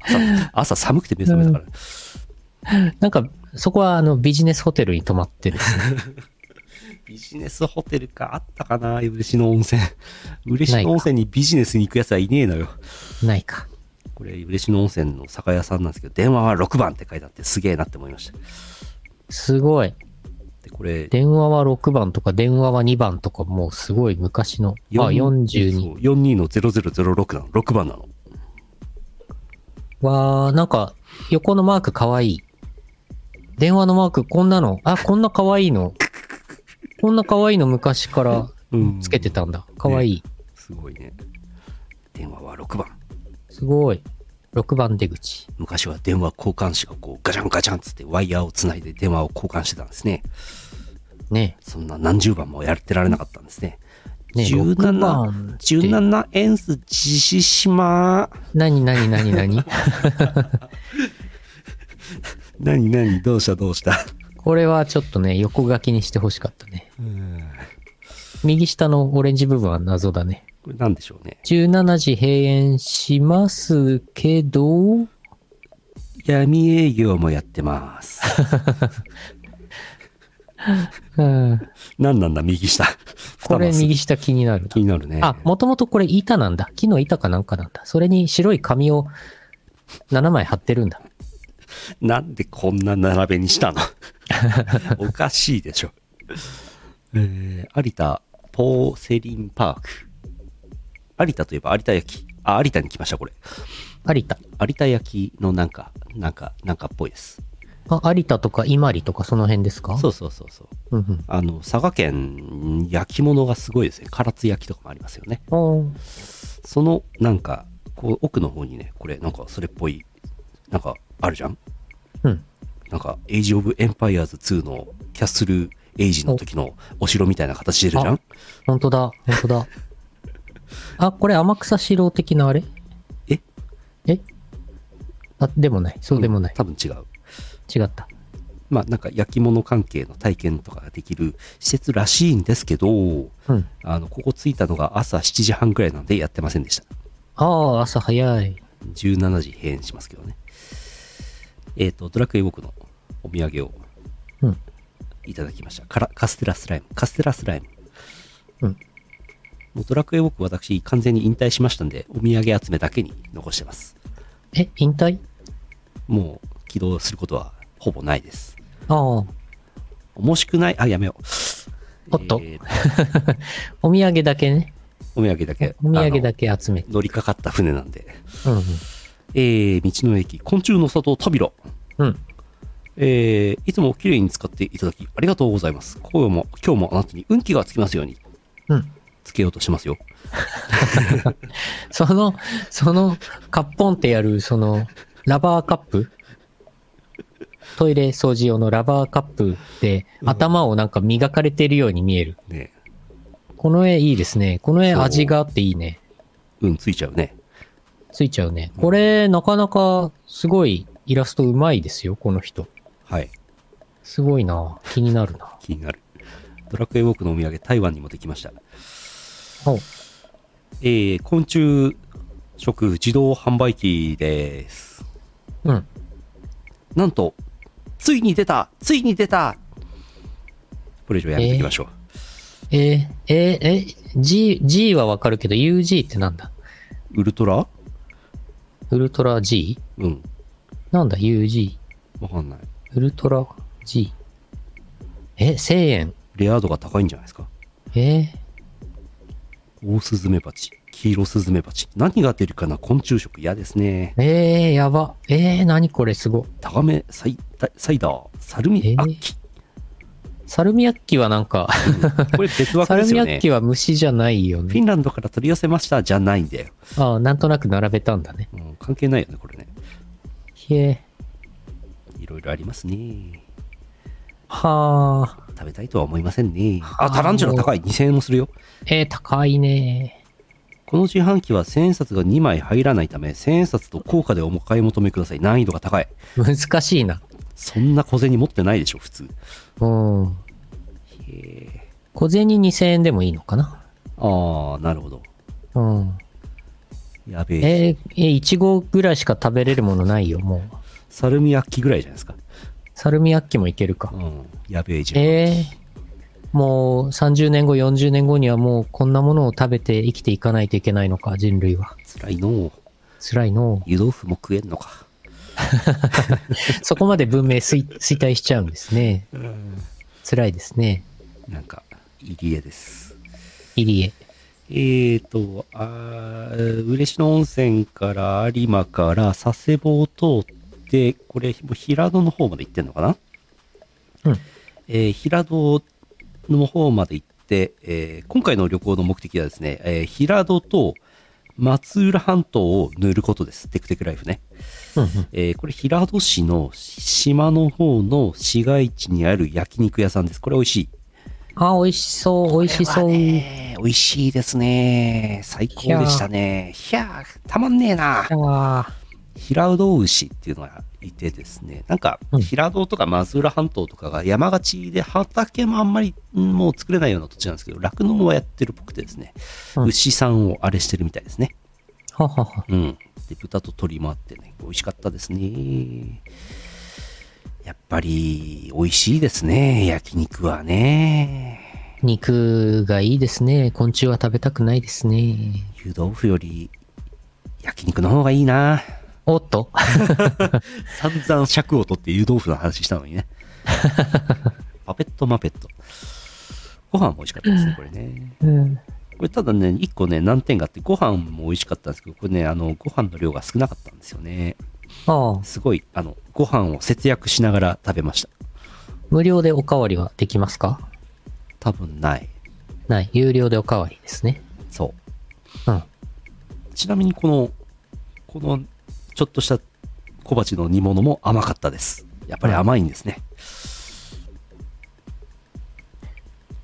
朝朝寒くて目覚めたから、なんか、そこはあのビジネスホテルに泊まってる。 ビジネスホテルかあったかな嬉野温泉。嬉野温泉にビジネスに行くやつはいねえのよ。ないか。これ、嬉野温泉の酒屋さんなんですけど、電話は6番って書いてあってすげえなって思いました。すごい。で、これ、電話は6番とか、電話は2番とか、もうすごい昔の。あ、そ42。う42の0006なの、6番なの。わー、なんか、横のマークかわいい。電話のマーク、こんなの。あ、こんなかわいいの。こんなかわいいの昔からうんつけてたんだ。かわいい。すごいね。電話は6番。すごい。6番出口。昔は電話交換士がこうガチャンガチャンつってワイヤーをつないで電話を交換してたんですね。ねそんな何十番もやってられなかったんですね。ね6番17、って17エンス実施しまえ。なになになにな に何何どうしたどうした。これはちょっとね、横書きにしてほしかったね。右下のオレンジ部分は謎だね。これなんでしょうね。 17時閉園しますけど、闇営業もやってます。 うん、何なんだ右下。これ二マ右下気になるなス気になるね。あ、もともとこれ板なんだ。木の板かなんかなんだ。それに白い紙を7枚貼ってるんだ。なんでこんな並べにしたのおかしいでしょ。えー、有田ポーセリンパーク。有田といえば有田焼き。あ、有田に来ました、これ。有田。有田焼きのなんか、なんか、なんかっぽいです。あ、有田とか伊万里とかその辺ですか。そううそうそうそう。うんうん。あの、佐賀県、焼き物がすごいですね。唐津焼きとかもありますよね。おーその、なんか、こう、奥の方にね、これ、なんか、それっぽい、なんか、あるじゃんうん。なんか、エイジ・オブ・エンパイアーズ2のキャッスル・エイジの時のお城みたいな形してるじゃんあほんとだ。ほんとだ。 あ、これ天草四郎的なあれええあ、でもない。そうでもない。多分違う。違った。まあ、なんか焼き物関係の体験とかができる施設らしいんですけど、うん。あの、ここ着いたのが朝7時半くらいなんでやってませんでした。ああ、朝早い。 17時閉園しますけどね。えっ、と、ドラクエウォークのお土産をうん。いただきました。カラカステラスライム。カステラスライム。うん。もうドラクエウォーク私完全に引退しましたんで、お土産集めだけに残してます。え、引退もう起動することはほぼないです。ああ。面しくないあ、やめよう。おっとえーお土産だけね。お土産だけ。 お土産だけ。け集めて。乗りかかった船なんで。うんうん。えー、道の駅、昆虫の里タビロ。うん。えー、いつも綺麗に使っていただきありがとうございます。今日も、今日もあなたに運気がつきますように。うん。つけようとしますよ。その、その、カッポンってやる、その、ラバーカップトイレ掃除用のラバーカップで、頭をなんか磨かれているように見える。ねえこの絵いいですね。この絵そう味があっていいね。運ついちゃうね。ついちゃうね。これ、なかなか、すごいイラストうまいですよ、この人。はい。すごいな。気になるな。気になる。ドラクエウォークのお土産、台湾にもできました。ほう。えー、昆虫食自動販売機です。うん。なんと、ついに出たついに出たこれ以上やめていきましょう。えー、えー、え、G、G はわかるけど、UG ってなんだウルトラウルトラ G? うん。なんだ ?UG? わかんない。ウルトラ G? え、1000円。レア度が高いんじゃないですか。えーオオスズメバチ、黄色スズメバチ。何が出るかな昆虫食嫌ですね。えー、やば。えー、なにこれすご。タガメサイダサイダー、サルミアッキ。サルミアッキはなんか、これ別枠 サでルすミアよッね。キは虫じゃないよフィね。ンランドから取り寄せましたじゃないんだよ。ああ、なんとなく並べたんだね。うん、関係ないよね、これね。へえ。いろいろありますね。はあ。食べたいとは思いませんね。あ、あータランチュラ高い。2000円もするよ。えー、高いね。この自販機は1000円札が2枚入らないため、1000円札と硬貨でお買い求めください。難易度が高い。難しいな。そんな小銭持ってないでしょ、普通。うん。へえ。小銭2000円でもいいのかなああ、なるほど。うん。やべえ。えー、え、いちごぐらいしか食べれるものないよ、もう。サルミアッキぐらいじゃないですか。サルミアッキもいけるかう。ん。やべえ自販機。えー、もう30年後、40年後にはもうこんなものを食べて生きていかないといけないのか、人類は。辛いのう辛いのう。湯豆腐も食えんのか。そこまで文明衰衰退しちゃうんですね。辛いですね。なんか、入り江です。入江。えーと、あー嬉野温泉から有馬から佐世保を通って、これ、もう平戸の方まで行ってんのかなうん。えー平戸の方まで行って、えー今回の旅行の目的はですね、えー平戸と松浦半島を塗ることです。テクテクライフね。うんうんえーこれ平戸市の島の方の市街地にある焼肉屋さんです。これ美味しい。あ、美味しそう、美味しそう。ね美味しいですね。最高でしたね。ひゃー、たまんねえな。わあ平戸牛っていうのがいてですね、なんかうん平戸とか松浦半島とかが山がちで畑もあんまりんもう作れないような土地なんですけど、酪農はやってるっぽくてですね、うん牛さんをあれしてるみたいですね。ははは。うん。で、豚と鶏もあってね、美味しかったですね。やっぱり美味しいですね、焼肉はね。肉がいいですね。昆虫は食べたくないですね。湯豆腐より焼肉の方がいいな。おっと散々尺を取って湯豆腐の話したのにね。パペットマペット。ご飯も美味しかったですね、これね。うん。これただね、一個ね、難点があって、ご飯も美味しかったんですけど、これね、あの、ご飯の量が少なかったんですよね。ああ、すごい、あの、ご飯を節約しながら食べました。無料でおかわりはできますか多分ない。ない。有料でおかわりですね。そうん。う。ちなみにこの、この、ちょっとした小鉢の煮物も甘かったです。やっぱり甘いんですね。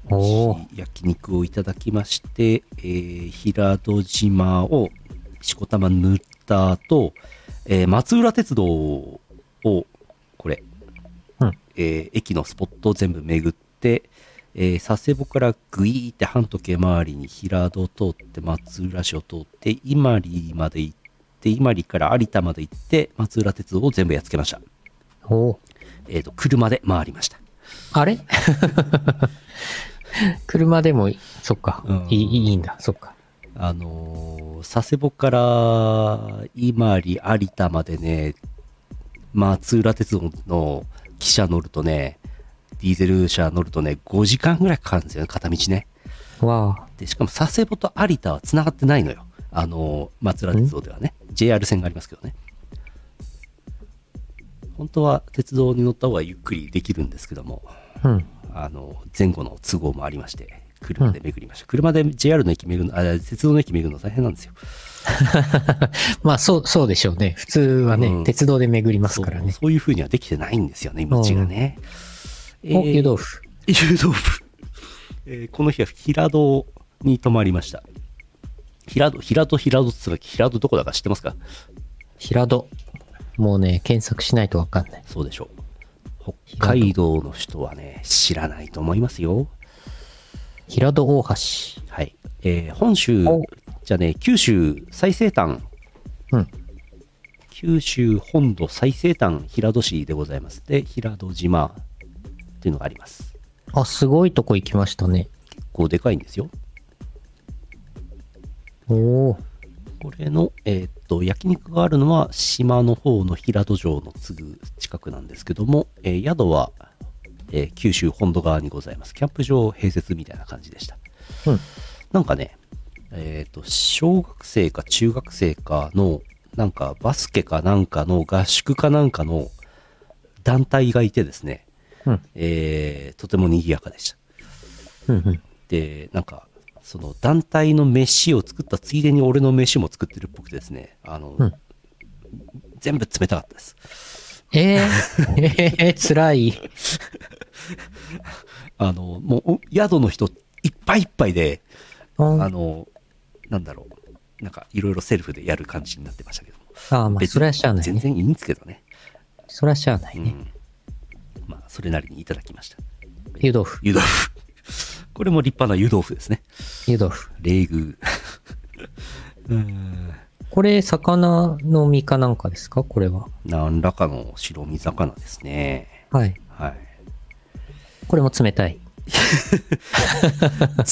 おお。焼肉をいただきまして、えー平戸島をしこたま塗った後、えー松浦鉄道を、これ、うんえー駅のスポットを全部巡って、えー佐世保からぐいーって半時計回りに平戸を通って松浦市を通って伊万里まで行って伊万里から有田まで行って松浦鉄道を全部やっつけました、おお。えー、と車で回りましたあれ 車でもいい、そっか、うんいい。いいんだ、そっか。あのー佐世保から伊万里有田までね松浦鉄道の汽車乗るとねディーゼル車乗るとね5時間ぐらいかかるんですよね片道ねわでしかも佐世保と有田はつながってないのよあのー松浦鉄道ではね JR 線がありますけどね本当は鉄道に乗った方がゆっくりできるんですけどもあ。うん。あの前後の都合もありまして車で巡りました、車で JR の駅巡るのあ鉄道の駅巡るの大変なんですよまあ、そう、そうでしょうね。普通はね、うん鉄道で巡りますそうからね。そういうふうにはできてないんですよね、道がね。えお、湯豆腐。腐。湯豆腐。 えーこの日は平戸に泊まりました。平戸、平戸、平戸って言ったら平戸どこだか知ってますか平戸。もうね、検索しないとわかんない。そうでしょう。北海道の人はね、知らないと思いますよ。平戸大橋。はい。えー本州お、じゃねえ、九州最西端、うん。九州本土最西端、平戸市でございます。で、平戸島っていうのがあります。あ、すごいとこ行きましたね。結構でかいんですよ。おお。これの、えーっと、焼肉があるのは島の方の平戸城のすぐ近くなんですけども、えー宿は、えー九州本土側にございます。キャンプ場併設みたいな感じでした。うんなんかね、えーっと、小学生か中学生かの、なんかバスケかなんかの合宿かなんかの団体がいてですね、うんえーとても賑やかでした。うんうん。でなんかその団体の飯を作ったついでに俺の飯も作ってるっぽくてですねあの、うん全部冷たかったですえー、えー、辛い。あのもうお宿の人いっぱいいっぱいで、ああのなんだろうなんかいろいろセルフでやる感じになってましたけどあ、まあ、それはしゃあない全ね。然いいんですけどねそれはしゃあないうね。んまあそれなりにいただきました湯豆腐、湯豆腐 これも立派な湯豆腐ですね湯豆腐。冷遇 うーんこれ、魚の身かなんかですかこれは。何らかの白身魚ですねはい。はいこれも冷たい。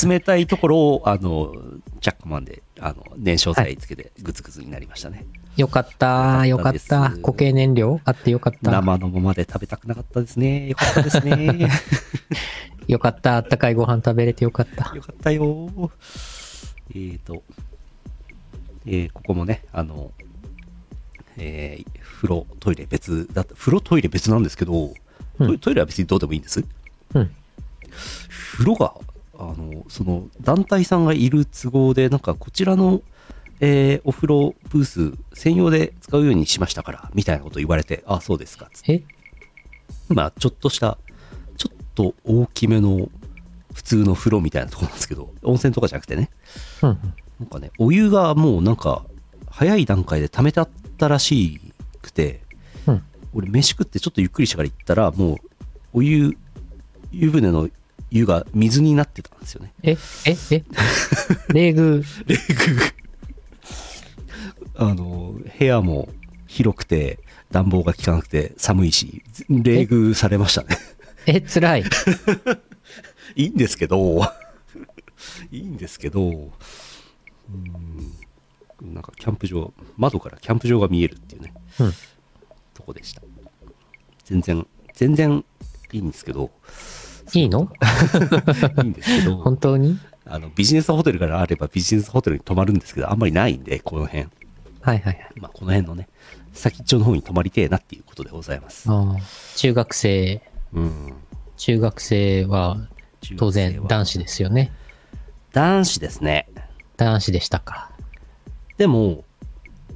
冷たいところをあのジャックマンであの燃焼剤つけてグツグツになりましたね、よかった、よよかかっったですた。固形燃料あってよかった。生のままで食べたくなかったですねよかったです ねよかった、あったかいご飯食べれてよかった。よかったよえーと、えーここもねあのえー風呂トイレ別だった風呂トイレ別なんですけど、うんトイトイレは別にどうでもいいんですうん。風呂があのその団体さんがいる都合でなんかこちらの、えーお風呂ブース専用で使うようにしましたからみたいなこと言われてあそうですかつってえまあちょっとしたちょっと大きめの普通の風呂みたいなところなんですけど温泉とかじゃなくてねうんうん。なんかねお湯がもうなんか早い段階で溜めてあったらしくてうん。俺飯食ってちょっとゆっくりしてから行ったらもうお湯湯船の湯が水になってたんですよねえええ 冷遇。レグあの部屋も広くて暖房が効かなくて寒いしず冷遇されましたねえ、辛い。いいんですけど いいんですけどうんなんかキャンプ場窓からキャンプ場が見えるっていうね、うんとこでした全然全然いいんですけ どいいのいいんですけど本当にあのビジネスホテルからあればビジネスホテルに泊まるんですけどあんまりないんでこの辺はいはいはい。まあ、この辺のね、先っちょの方に泊まりてえなっていうことでございます。あー中学生、うん。中学生は当中学生然は男子ですよね。男子ですね。男子でしたか。でも、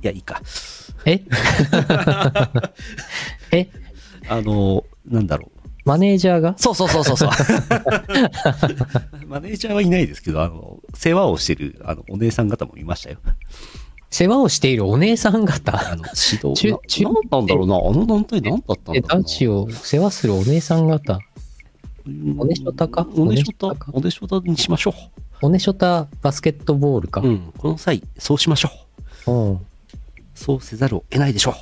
いや、いいか。え えあの、なんだろう。マネージャーがそうそうそうそうそう。 マネージャーはいないですけど、あの、世話をしてる、あの、お姉さん方もいましたよ。世話をしているお姉さんあ方の、指中導。中ななんなんだろうな。あの団体何だったんだろうえ、な。男子を世話するお姉さん方。うん、おねしょたかおねしょたおねしょたかおねしょたにしましょおねしょたバスケットボールか。う。うん。この際、そうしましょう。うん。そうせざるを得ないでしょう。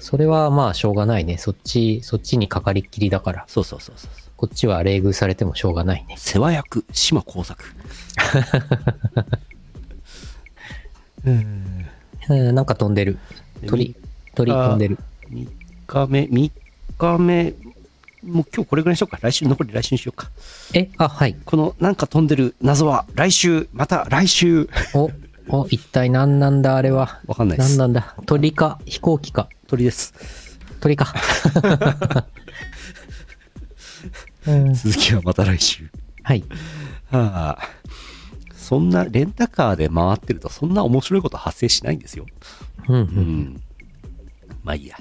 それはまあしょうがないね。そっち、そっちにかかりっきりだから。そうそうそうそうそう。こっちは冷遇されてもしょうがないね。世話役島耕作うん、なんか飛んでる。鳥、鳥飛んでる。 3日目3日目もう今日これぐらいにしようか来週残り来週にしようかえ、あ、はい。このなんか飛んでる謎は来週また来週お、お、一体何なんだ、あれは。わかんないで何すなんだ。鳥か、飛行機か。鳥です鳥か。うん続きはまた来週はい。はあそんなレンタカーで回ってるとそんな面白いこと発生しないんですようんう。うんんまあいいや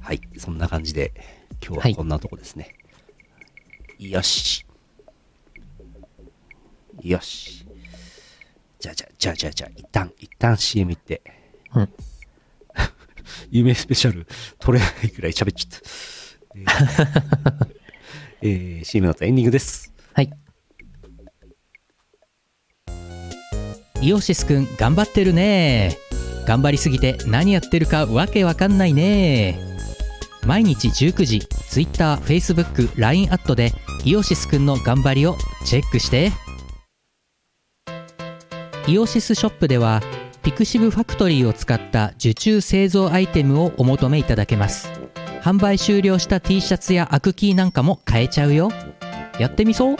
はいそんな感じで今は日いはこんなとこですね、よしよしじゃあじゃあじゃあじゃあじゃあ一旦一旦 CM 行ってうん 夢スペシャル取れないくらい喋っちゃったえーえー CM の後エンディングですはい。イオシスくん頑張ってるね頑張りすぎて何やってるかわけわかんないね毎日19時 TwitterFacebookLINE アットでイオシスくんの頑張りをチェックしてイオシスショップではピクシブファクトリーを使った受注製造アイテムをお求めいただけます販売終了した T シャツやアクキーなんかも買えちゃうよやってみそう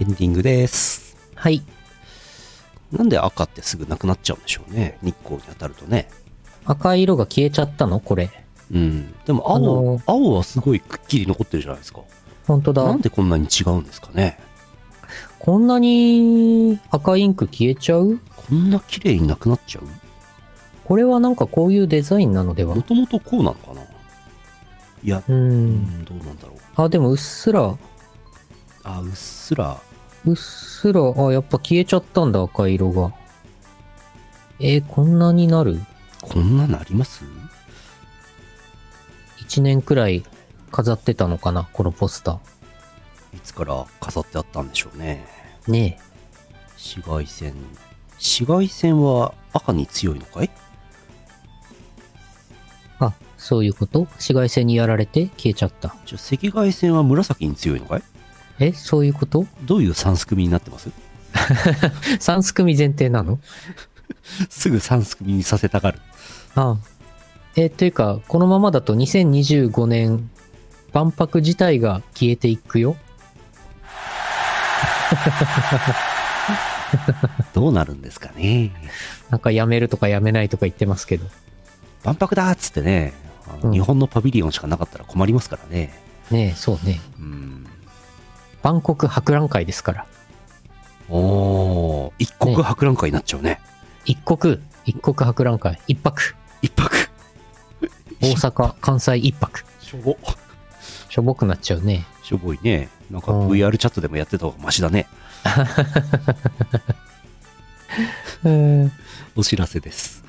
エンディングです。はい。なんで赤ってすぐなくなっちゃうんでしょうね。日光に当たるとね。赤い色が消えちゃったのこれ。うん。でもあ青、のー青はすごいくっきり残ってるじゃないですか。本当なだん。でこんなに違うんですかね。こんなに赤インク消えちゃうこんな綺麗になくなっちゃうこれはなんかこういうデザインなのではもともとこうなのかないや、う。うんん、どうなんだろう。あ、でもうっすら、あ、うっすら、うっすら、あ、やっぱ消えちゃったんだ、赤い色が。えーこんなになるこんなのあります ?1 年くらい飾ってたのかな、このポスタいつから飾ってあったんでしょうね。ー。ね紫外線。紫外線は赤に強いのかいえ。あ、そういうこと紫外線にやられて消えちゃった。じゃあ赤外線は紫に強いのかいえ、そういうこと どういう三すくみになってます三すくみ前提なのすぐ三すくみにさせたがる。ああ。えーというか、このままだと2025年、万博自体が消えていくよ。どうなるんですかね。なんかやめるとかやめないとか言ってますけど。万博だっつってね、あのうん日本のパビリオンしかなかったら困りますからね。ねえ、そうね。うん。バンコク博覧会ですから。おー、一国博覧会になっちゃうね。一国、一国博覧会、一泊。一泊。大阪、関西一泊。しょぼ。しょぼくなっちゃうね。しょぼいね。なんかうん VR チャットでもやってた方がマシだね。うん。お知らせです。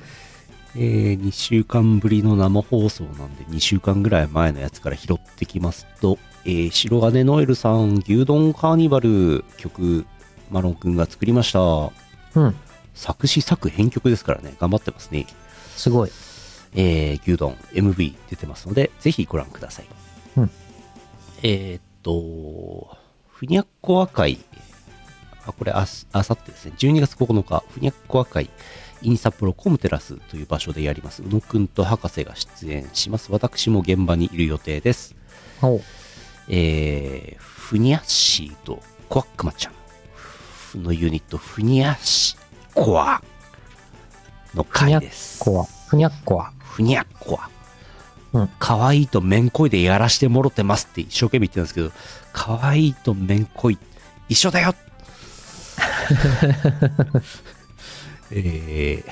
えー、2週間ぶりの生放送なんで、2週間ぐらい前のやつから拾ってきますと、えー白金ノエルさん、牛丼カーニバル曲、マロンくんが作りました。うん。作詞作編曲ですからね、頑張ってますね。すごい。えー牛丼 MV 出てますので、ぜひご覧ください。うんえーっと、ふにゃっこ和会、あ、これあす、あさってですね、12月9日、ふにゃっこ和会、イン札幌コムテラスという場所でやります。宇野くんと博士が出演します。私も現場にいる予定です。おえー、ふにゃっしーとコワックマちゃんのユニット、ふにゃっし、コアの会です。こわ。ふにゃっこわ。ふにゃっこは、うん可愛いとめんこいでやらしてもろてますって一生懸命言ってたんですけど、可愛いとめんこい、一緒 だよえ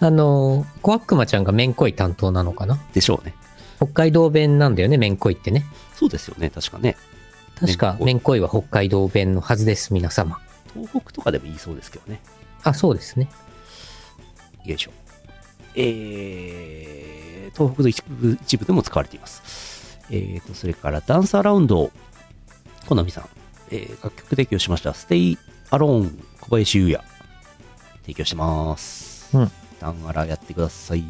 あのー、こわっくまちゃんがめんこい担当なのかなー、でしょうね。北海道弁なんだよね、めんこいってね。そうですよね、確かね。確か、めめんこいは北海道弁のはずです、皆様。東北とかでも言いそうですけどね。あ、そうですね。よいしょ。えー、東北の一部一部でも使われています。えーと、それからダンスアラウンド、コナミさん、えー楽曲提供しました、ステイアローン、小林優也、提供してます。うんダンアラやってください。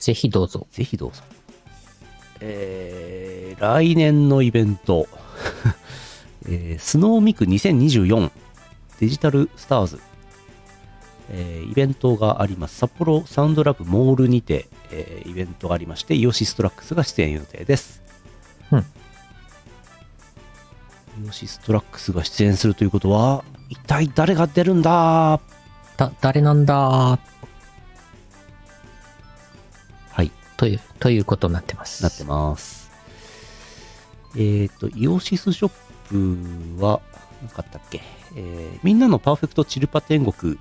ぜひどうぞ。ぜひどうぞ。えー、来年のイベント、 えースノーミク2024デジタルスターズ、えーイベントがあります。札幌サウンドラブモールにて、えーイベントがありまして、イオシストラックスが出演予定です。うんイオシストラックスが出演するということは、一体誰が出るんだだ、誰なんだーはい。という、ということになってます。なってます。えっ、と、イオシスショップは、なかったっけ、えーみんなのパーフェクトチルパ天国、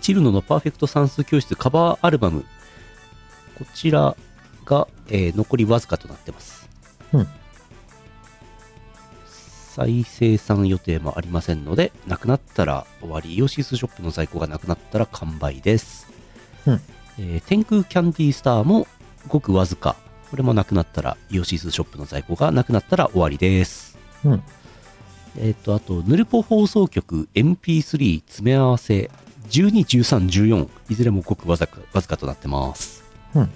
チルノのパーフェクト算数教室カバーアルバム、こちらが、えー残りわずかとなってます。うん再生産予定もありませんので、なくなったら終わり、イオシスショップの在庫がなくなったら完売です。うんえー天空キャンディースターもごくわずか。これもなくなったら、イオシスショップの在庫がなくなったら終わりです。うん。えっ、と、あと、ヌルポ放送局 MP3 詰め合わせ12、13、14いずれもごくわずかわずかとなってます。うん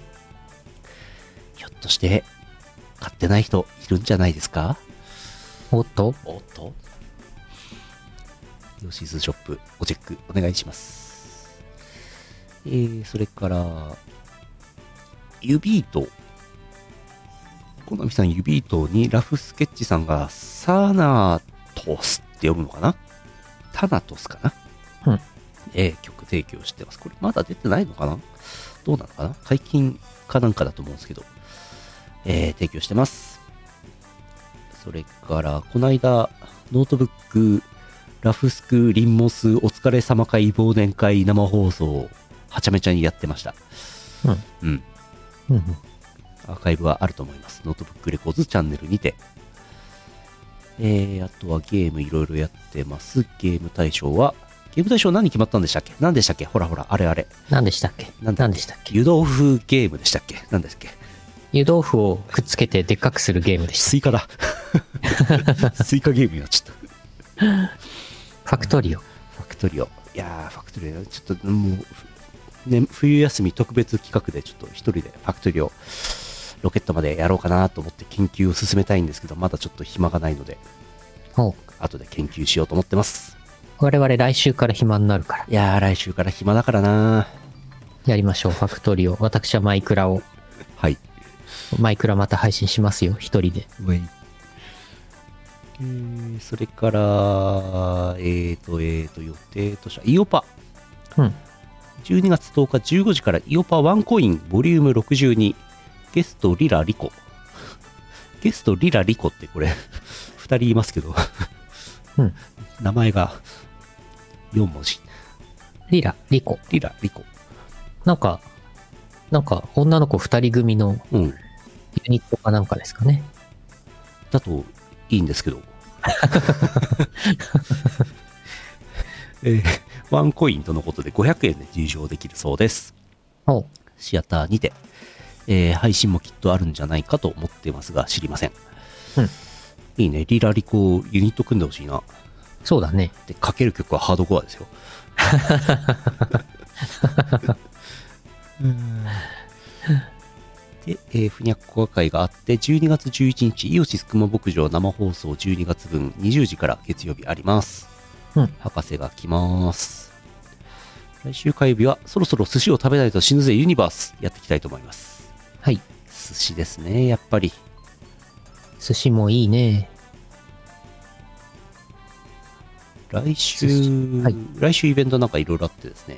ひょっとして、買ってない人いるんじゃないですかおっとおっとヨシズショップごチェックお願いしますえー、それからユビートコナミさんユビートにラフスケッチさんがサナトスって読むのかなタナトスかなうんえー曲提供してますこれまだ出てないのかなどうなのかな解禁かなんかだと思うんですけどえー、提供してますそれから、この間、ノートブック、ラフスク、リンモス、お疲れ様会、忘年会、生放送、はちゃめちゃにやってました。うん。うんうん。アーカイブはあると思います。ノートブックレコーズチャンネルにて。えー、あとはゲームいろいろやってます。ゲーム大賞は、ゲーム大賞何決まったんでしたっけ何でしたっけほらほら、あれあれ。何でしたっけなんだっけ何でしたっけ湯豆腐ゲームでしたっけ何でしたっけ湯豆腐をくっつけてでっかくするゲームでしスイカだ。 スイカゲームになっちゃった。た。ファクトリオ。ファクトリオ。いやー、ファクトリオ、ちょっともう、ね、冬休み特別企画で、ちょっと一人でファクトリオ、ロケットまでやろうかなと思って研究を進めたいんですけど、まだちょっと暇がないので、おう後で研究しようと思ってます。我々来週から暇になるから。いやー、来週から暇だからなやりましょう、ファクトリオ。私はマイクラを。はい。マイクラまた配信しますよ、一人で。えーそれから、えーと、えーと、予定としては、イオパ。うん。 12月10日15時からイオパワンコインボリューム62ゲストリラリコ ゲストリラリコってこれ 2人いますけど うん。名前が4文字リラ、リコ。リラリコなんか、なんか女の子二人組のうんユニットかなんかですかね。だといいんですけど えーワンコインとのことで500円で入場できるそうですおうシアターにて、えー配信もきっとあるんじゃないかと思ってますが、知りません。うんいいね、リラリコユニット組んでほしいな。そうだね。で、かける曲はハードコアですよ。で、えーふにゃっこ会があって、12月11日、イオシスクマ牧場生放送12月分、20時から月曜日あります。うん博士が来ます。来週火曜日は、そろそろ寿司を食べないと死ぬぜユニバース、やっていきたいと思います。はい。寿司ですね、やっぱり。寿司もいいね。来週、寿司はい来週イベントなんかいろいろあってですね、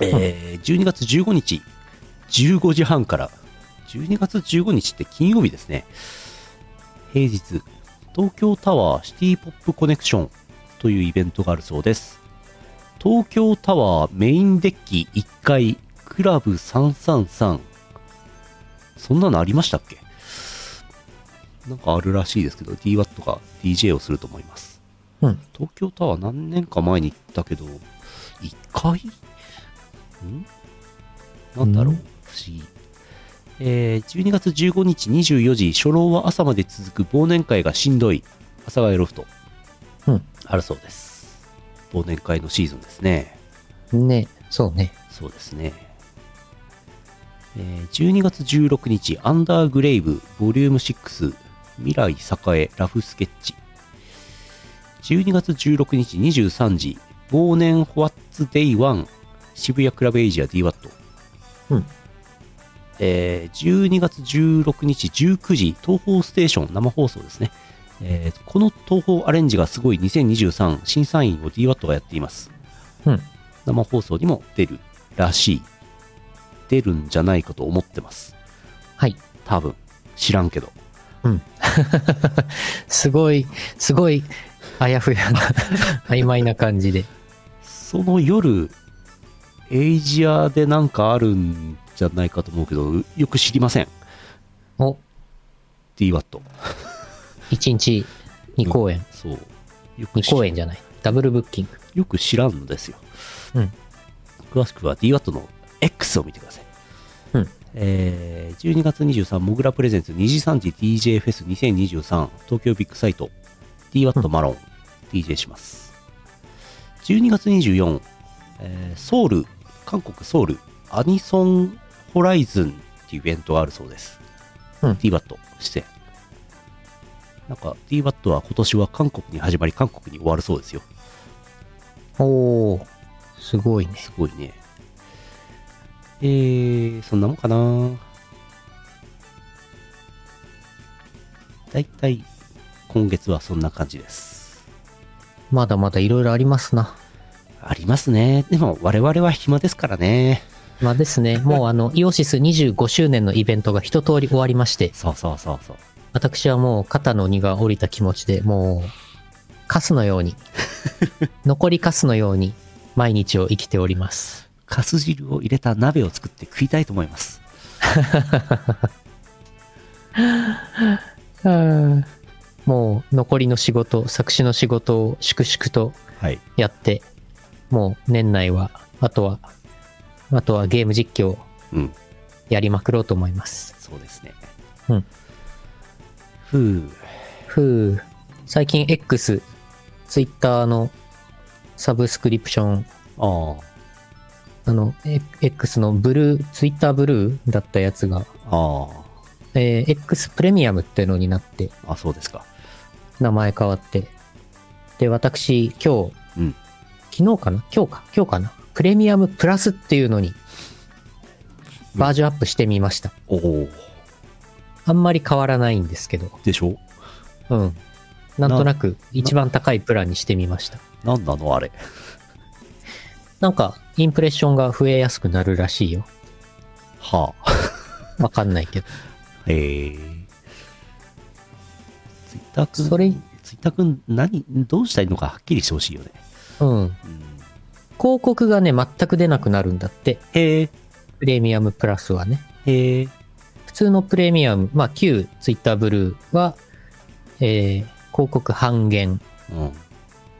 えー12月15日、15時半から、12月15日って金曜日ですね、平日、東京タワーシティポップコネクションというイベントがあるそうです。東京タワーメインデッキ1階、クラブ333。そんなのありましたっけなんかあるらしいですけど、DWAT が DJ をすると思います。うん。東京タワー何年か前に行ったけど、1回んなんだろう、うん不思議。えー12月15日24時、初老は朝まで続く忘年会がしんどい、阿佐ヶ谷ロフト。うんあるそうです。忘年会のシーズンですね。ね、そうね。そうですね。えー12月16日、アンダーグレイブ、ボリューム6、未来栄、ラフスケッチ。12月16日23時、忘年ホワッツデイ1、渋谷クラブエイジア DWAT。うん。えー12月16日19時、東宝ステーション生放送ですね。えーこの東宝アレンジがすごい2023、審査員を DWAT がやっています。うん。生放送にも出るらしい。出るんじゃないかと思ってます。はい。多分。知らんけど。うん。すごい、すごい、あやふやな、 曖昧な感じで。その夜、エイジアでなんかあるんじゃないかと思うけど、よく知りません。お、 DWAT。一日2公演。そうよく2し公演じゃない。ダブルブッキング。よく知らんのですようん。詳しくは DWAT の X を見てください、うんえー12月23モグラプレゼンツ2時3時 DJ フェス2023東京ビッグサイト DWAT マロン、DJ します12月24、えーソウル韓国ソウルアニソンホライズンっていうイベントがあるそうです、うん DWAT 出演なんか DWAT は今年は韓国に始まり韓国に終わるそうですよおー、すごいね。すごいね。えー、そんなもんかな。だいたい今月はそんな感じです。まだまだいろいろありますな。ありますね。でも我々は暇ですからね。まあですね、もうあの、イオシス25周年のイベントが一通り終わりまして、そうそうそうそう。私はもう肩の荷が下りた気持ちで、もう、カスのよう に、残りカスのように、毎日を生きております。かす汁を入れた鍋を作って食いたいと思います。もう、残りの仕事、作詞の仕事を粛々とはい。やって、もう年内は、あとは、あとはゲーム実況をうん。やりまくろうと思います。そうですね。うん。ふう。ふう最近 X、Twitter のサブスクリプションああの、え X のブルー、ツイッターブルーだったやつが、あ。あえー X プレミアムってのになって、あ。あ、そうですか。名前変わって。で、私、今日、うん昨日かな今日か今日かなプレミアムプラスっていうのに、バージョンアップしてみました。おお。あんまり変わらないんですけど、でしょうん。なんとなく、一番高いプランにしてみました。なんなのあれ。なんか、インプレッションが増えやすくなるらしいよ。はあ。わかんないけど。へえツイッターくん、それツイッターくん、何、どうしたいのかはっきりしてほしいよね。うん。うん広告がね、全く出なくなるんだって。へえ、プレミアムプラスはね。へえ、普通のプレミアム、まあ、旧 Twitter ブルーは、えー広告半減うん。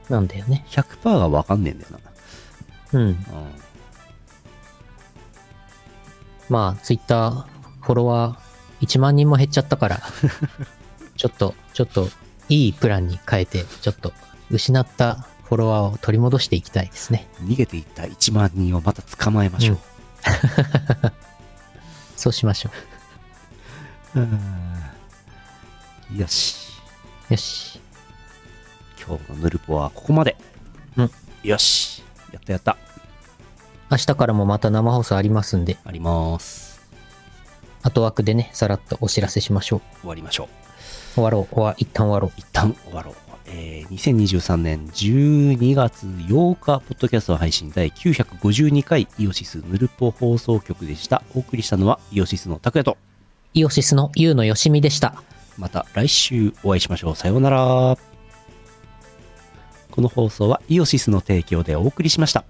なんだよね。 100%がわかんねえんだような。ん。うん。まあ、Twitter フォロワー1万人も減っちゃっ たから、ちょっと、ちょっと、いいプランに変えて、ちょっと、失ったフォロワーを取り戻していきたいですね。逃げていった1万人をまた捕まえましょう。 そうしましょうんよし。う。よし。今日のヌルポはここまで。うん。よし。やったやった。明日からもまた生放送ありますんで、あります。後枠でね、さらっとお知らせしましょう。終わりましょう。終わろう。終わ一旦終わろう。一旦終わろう。えー、2023年12月8日、ポッドキャスト配信第952回イオシスヌルポ放送局でした。お送りしたのはイオシスの拓也と、イオシスのユウのよしみでした。また来週お会いしましょう。さようなら。この放送はイオシスの提供でお送りしました。